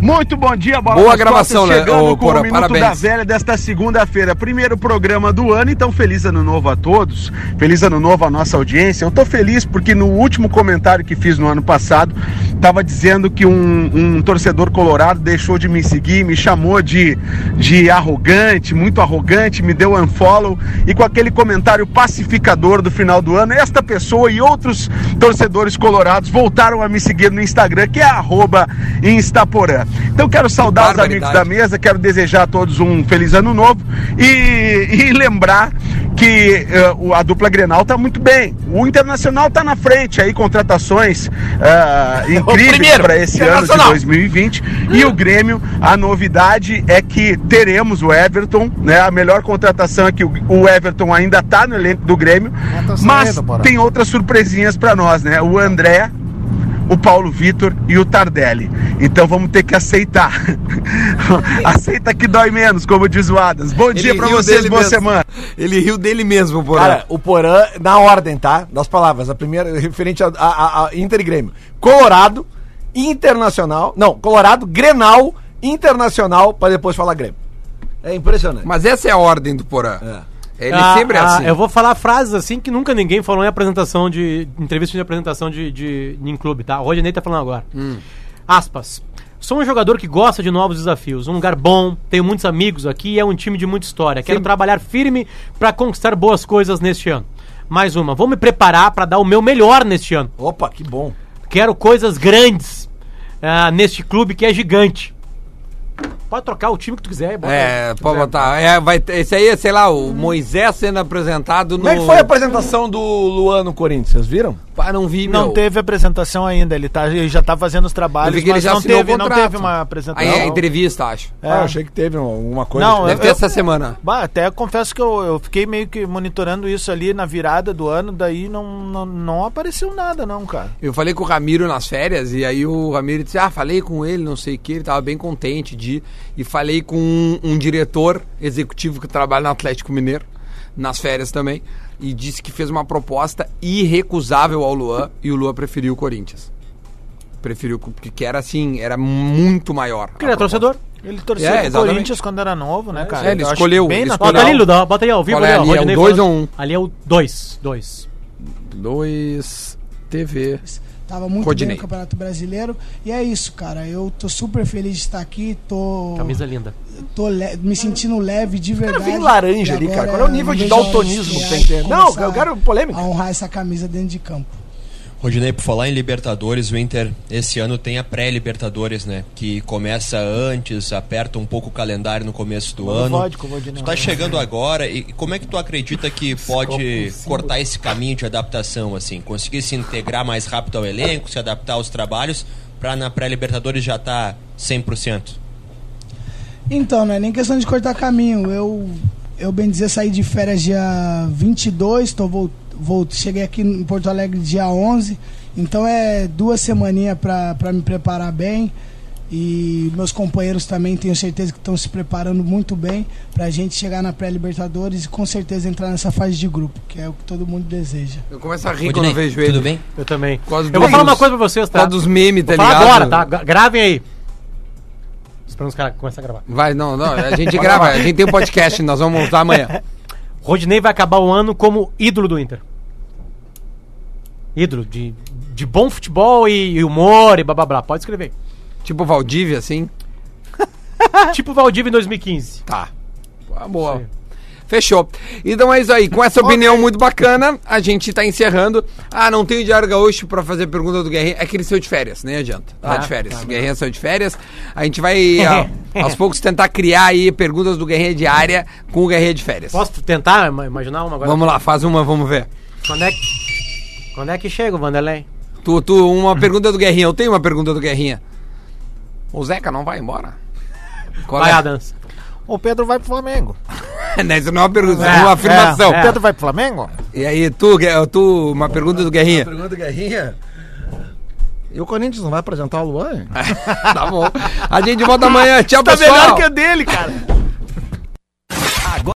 I: Muito bom dia, Bola
B: Boa
I: nas
B: gravação,
I: Costas,
B: né?
I: chegando
B: Ô,
I: com
B: Porã,
I: o Minuto
B: parabéns.
I: da Velha desta segunda-feira. Primeiro programa do ano, então feliz ano novo a todos. Feliz ano novo à nossa audiência. Eu tô feliz porque no último comentário que fiz no ano passado, tava dizendo que um, um torcedor colorado deixou de me seguir, me chamou de, de arrogante, muito arrogante, me deu unfollow e com aquele comentário pacificador do final do ano, esta pessoa e outros torcedores colorados voltaram a me seguir no Instagram, que é arroba Instaporã. Então quero saudar os amigos
B: barbaridade.
I: da mesa, quero desejar a todos um feliz ano novo e, e lembrar que eh, o- a dupla Grenal está muito bem. O Internacional está na frente aí, contratações ah, incríveis
B: primeiro,
I: para esse ano de
B: Internacional.
I: 2020. E o Grêmio, a novidade é que teremos o Everton, né? A melhor contratação é que o, o Everton ainda está no elenco do Grêmio, mas tem outras surpresinhas para nós, né? O André o Paulo Vitor e o Tardelli. Então vamos ter que aceitar. Aceita que dói menos, como diz o Adas. Bom dia
B: Ele
I: pra
B: riu
I: vocês,
B: dele
I: boa
B: mesmo.
I: semana.
B: Ele riu dele mesmo, Borá.
E: Cara, o Porã, na ordem, tá? Das palavras. A primeira, referente a, a- a- a Inter e Grêmio. Colorado, Internacional. Não, Colorado, Grenal, Internacional, pra depois falar Grêmio. É impressionante.
B: Mas essa é a ordem do Porã. Ele
F: Ah,
B: sempre é
F: ah,
B: assim.
F: Eu vou falar frases assim que nunca ninguém falou em apresentação de. entrevista de apresentação de, de, em clube, tá? O Rodinei tá falando agora.
B: Hum.
F: Aspas. Sou um jogador que gosta de novos desafios, um lugar bom, tenho muitos amigos aqui e é um time de muita história. Quero trabalhar firme para conquistar boas coisas neste ano. mais uma. Vou me preparar para dar o meu melhor neste ano.
E: Opa, que bom.
F: Quero coisas grandes ah, neste clube que é gigante. Pode trocar o time que tu quiser. bota aí.
B: É, pode botar. É, vai, ter- esse aí é, sei lá, o Moisés sendo apresentado no.
E: Como é que foi a apresentação do Luan no Corinthians? Vocês viram?
B: Ah, não vi,
H: Não
B: meu.
H: teve apresentação ainda, ele, tá, ele já tá fazendo os
B: Eu
H: trabalhos,
B: vi que ele já
H: não
B: assinou
H: teve,
B: o
H: não
B: contrato.
H: teve uma apresentação.
B: Aí é entrevista, acho.
H: É.
E: Ah, eu achei que teve alguma coisa.
H: Não,
E: tipo,
H: eu-
B: Deve ter essa semana.
H: Bah, até confesso que eu, eu fiquei meio que monitorando isso ali na virada do ano, daí não, não, não apareceu nada não, cara.
B: Eu falei com o Ramiro nas férias, e aí o Ramiro disse: Ah, falei com ele, não sei o que, ele tava bem contente de. ir." E falei com um, um diretor executivo que trabalha no Atlético Mineiro, nas férias também, e disse que fez uma proposta irrecusável ao Luan, e o Luan preferiu o Corinthians. Preferiu, porque era assim, era muito maior.
F: Porque ele é
B: a proposta.
F: torcedor.
H: Ele torceu
B: É,
H: pro
B: exatamente.
H: Corinthians quando era novo, né, cara?
B: é, ele
H: Eu acho
B: escolheu,
H: Bem
B: ele
H: na
F: Bota
B: escolheu.
F: ali, Ludão, bota aí ao vivo.
B: Qual é
F: ó,
B: ali? É o
F: Rodinei
B: dois
F: falando.
B: ou um?
F: Ali é o 2. 2.
B: Dois TV.
J: Tava muito
B: Rodinei.
J: bem no Campeonato Brasileiro. E é isso, cara. Eu tô super feliz de estar aqui. Tô,
F: Camisa linda.
J: tô le- me sentindo leve de verdade.
E: vem laranja
J: E
E: ali, cara.
J: agora
E: Qual é o nível de
J: vejo
E: daltonismo que tem que ter?
J: começar
E: Não, eu quero polêmica.
J: A honrar essa camisa dentro de campo.
K: Rodinei, por falar em Libertadores, o Inter esse ano tem a pré-Libertadores, né? Que começa antes, aperta um pouco o calendário no começo do ano.
H: vodka, Rodinei.
K: tu tá chegando agora e e como é que tu acredita que pode cortar esse caminho de adaptação, assim? Conseguir se integrar mais rápido ao elenco, se adaptar aos trabalhos, pra na pré-Libertadores já tá 100%?
J: Então, não é nem questão de cortar caminho. Eu, eu bem dizer, saí de férias dia 22, tô vol vol cheguei aqui em Porto Alegre dia 11. Então é duas semaninhas para me preparar bem. E meus companheiros também tenho certeza que estão se preparando muito bem para a gente chegar na pré-Libertadores e com certeza entrar nessa fase de grupo, que é o que todo mundo deseja.
B: Eu começo a rir quando eu vejo ele.
K: tudo bem?
F: Eu também.
B: causa
F: Eu
B: dos-
F: vou falar uma coisa pra vocês,
B: Tá
F: tá?
B: dos memes, tá
F: Vou falar
B: ligado?
F: agora, tá? Gra- Gravem aí. Esperando os caras começarem a gravar.
B: Vai, não, não, a gente grava, a gente tem um podcast, nós vamos montar amanhã.
F: Rodinei vai acabar o ano como ídolo do Inter. Ídolo de, de bom futebol e, e humor e blá blá blá. Pode escrever.
B: Tipo Valdívia, assim.
F: tipo Valdívia em 2015.
B: Tá. Ah, boa. Fechou. Então é isso aí. Com essa opinião muito bacana, a gente tá encerrando. Ah, não tem Diário Gaúcho pra fazer pergunta do Guerrinha. É que ele saiu de férias, nem adianta. Tá
F: Ah,
B: de férias. Guerrinha saiu de férias. A gente vai,
F: É.
B: a- aos poucos, tentar criar aí perguntas do Guerrinha diária com o Guerrinha de férias.
F: Posso tentar ima- imaginar uma agora?
B: Vamos lá, faz uma, vamos ver.
F: Quando é que, quando é que chega o Vanderlei?
B: Tu, tu, uma pergunta do Guerrinha. Eu tenho uma pergunta do Guerrinha. O Zeca não vai embora? Qual
F: Vai
B: é?
F: a dança.
E: tipo-
H: O Pedro vai pro Flamengo.
B: Né, Isso não é uma pergunta, isso é,
F: É,
B: uma afirmação.
H: O Pedro vai pro Flamengo?
B: E aí, tu, Gue- tu, uma pergunta do Guerrinha.
E: Pergunta do Guerrinha. E o Corinthians não vai apresentar o Luan?
B: tá bom. A gente volta amanhã. Tchau, pessoal.
H: dele, cara.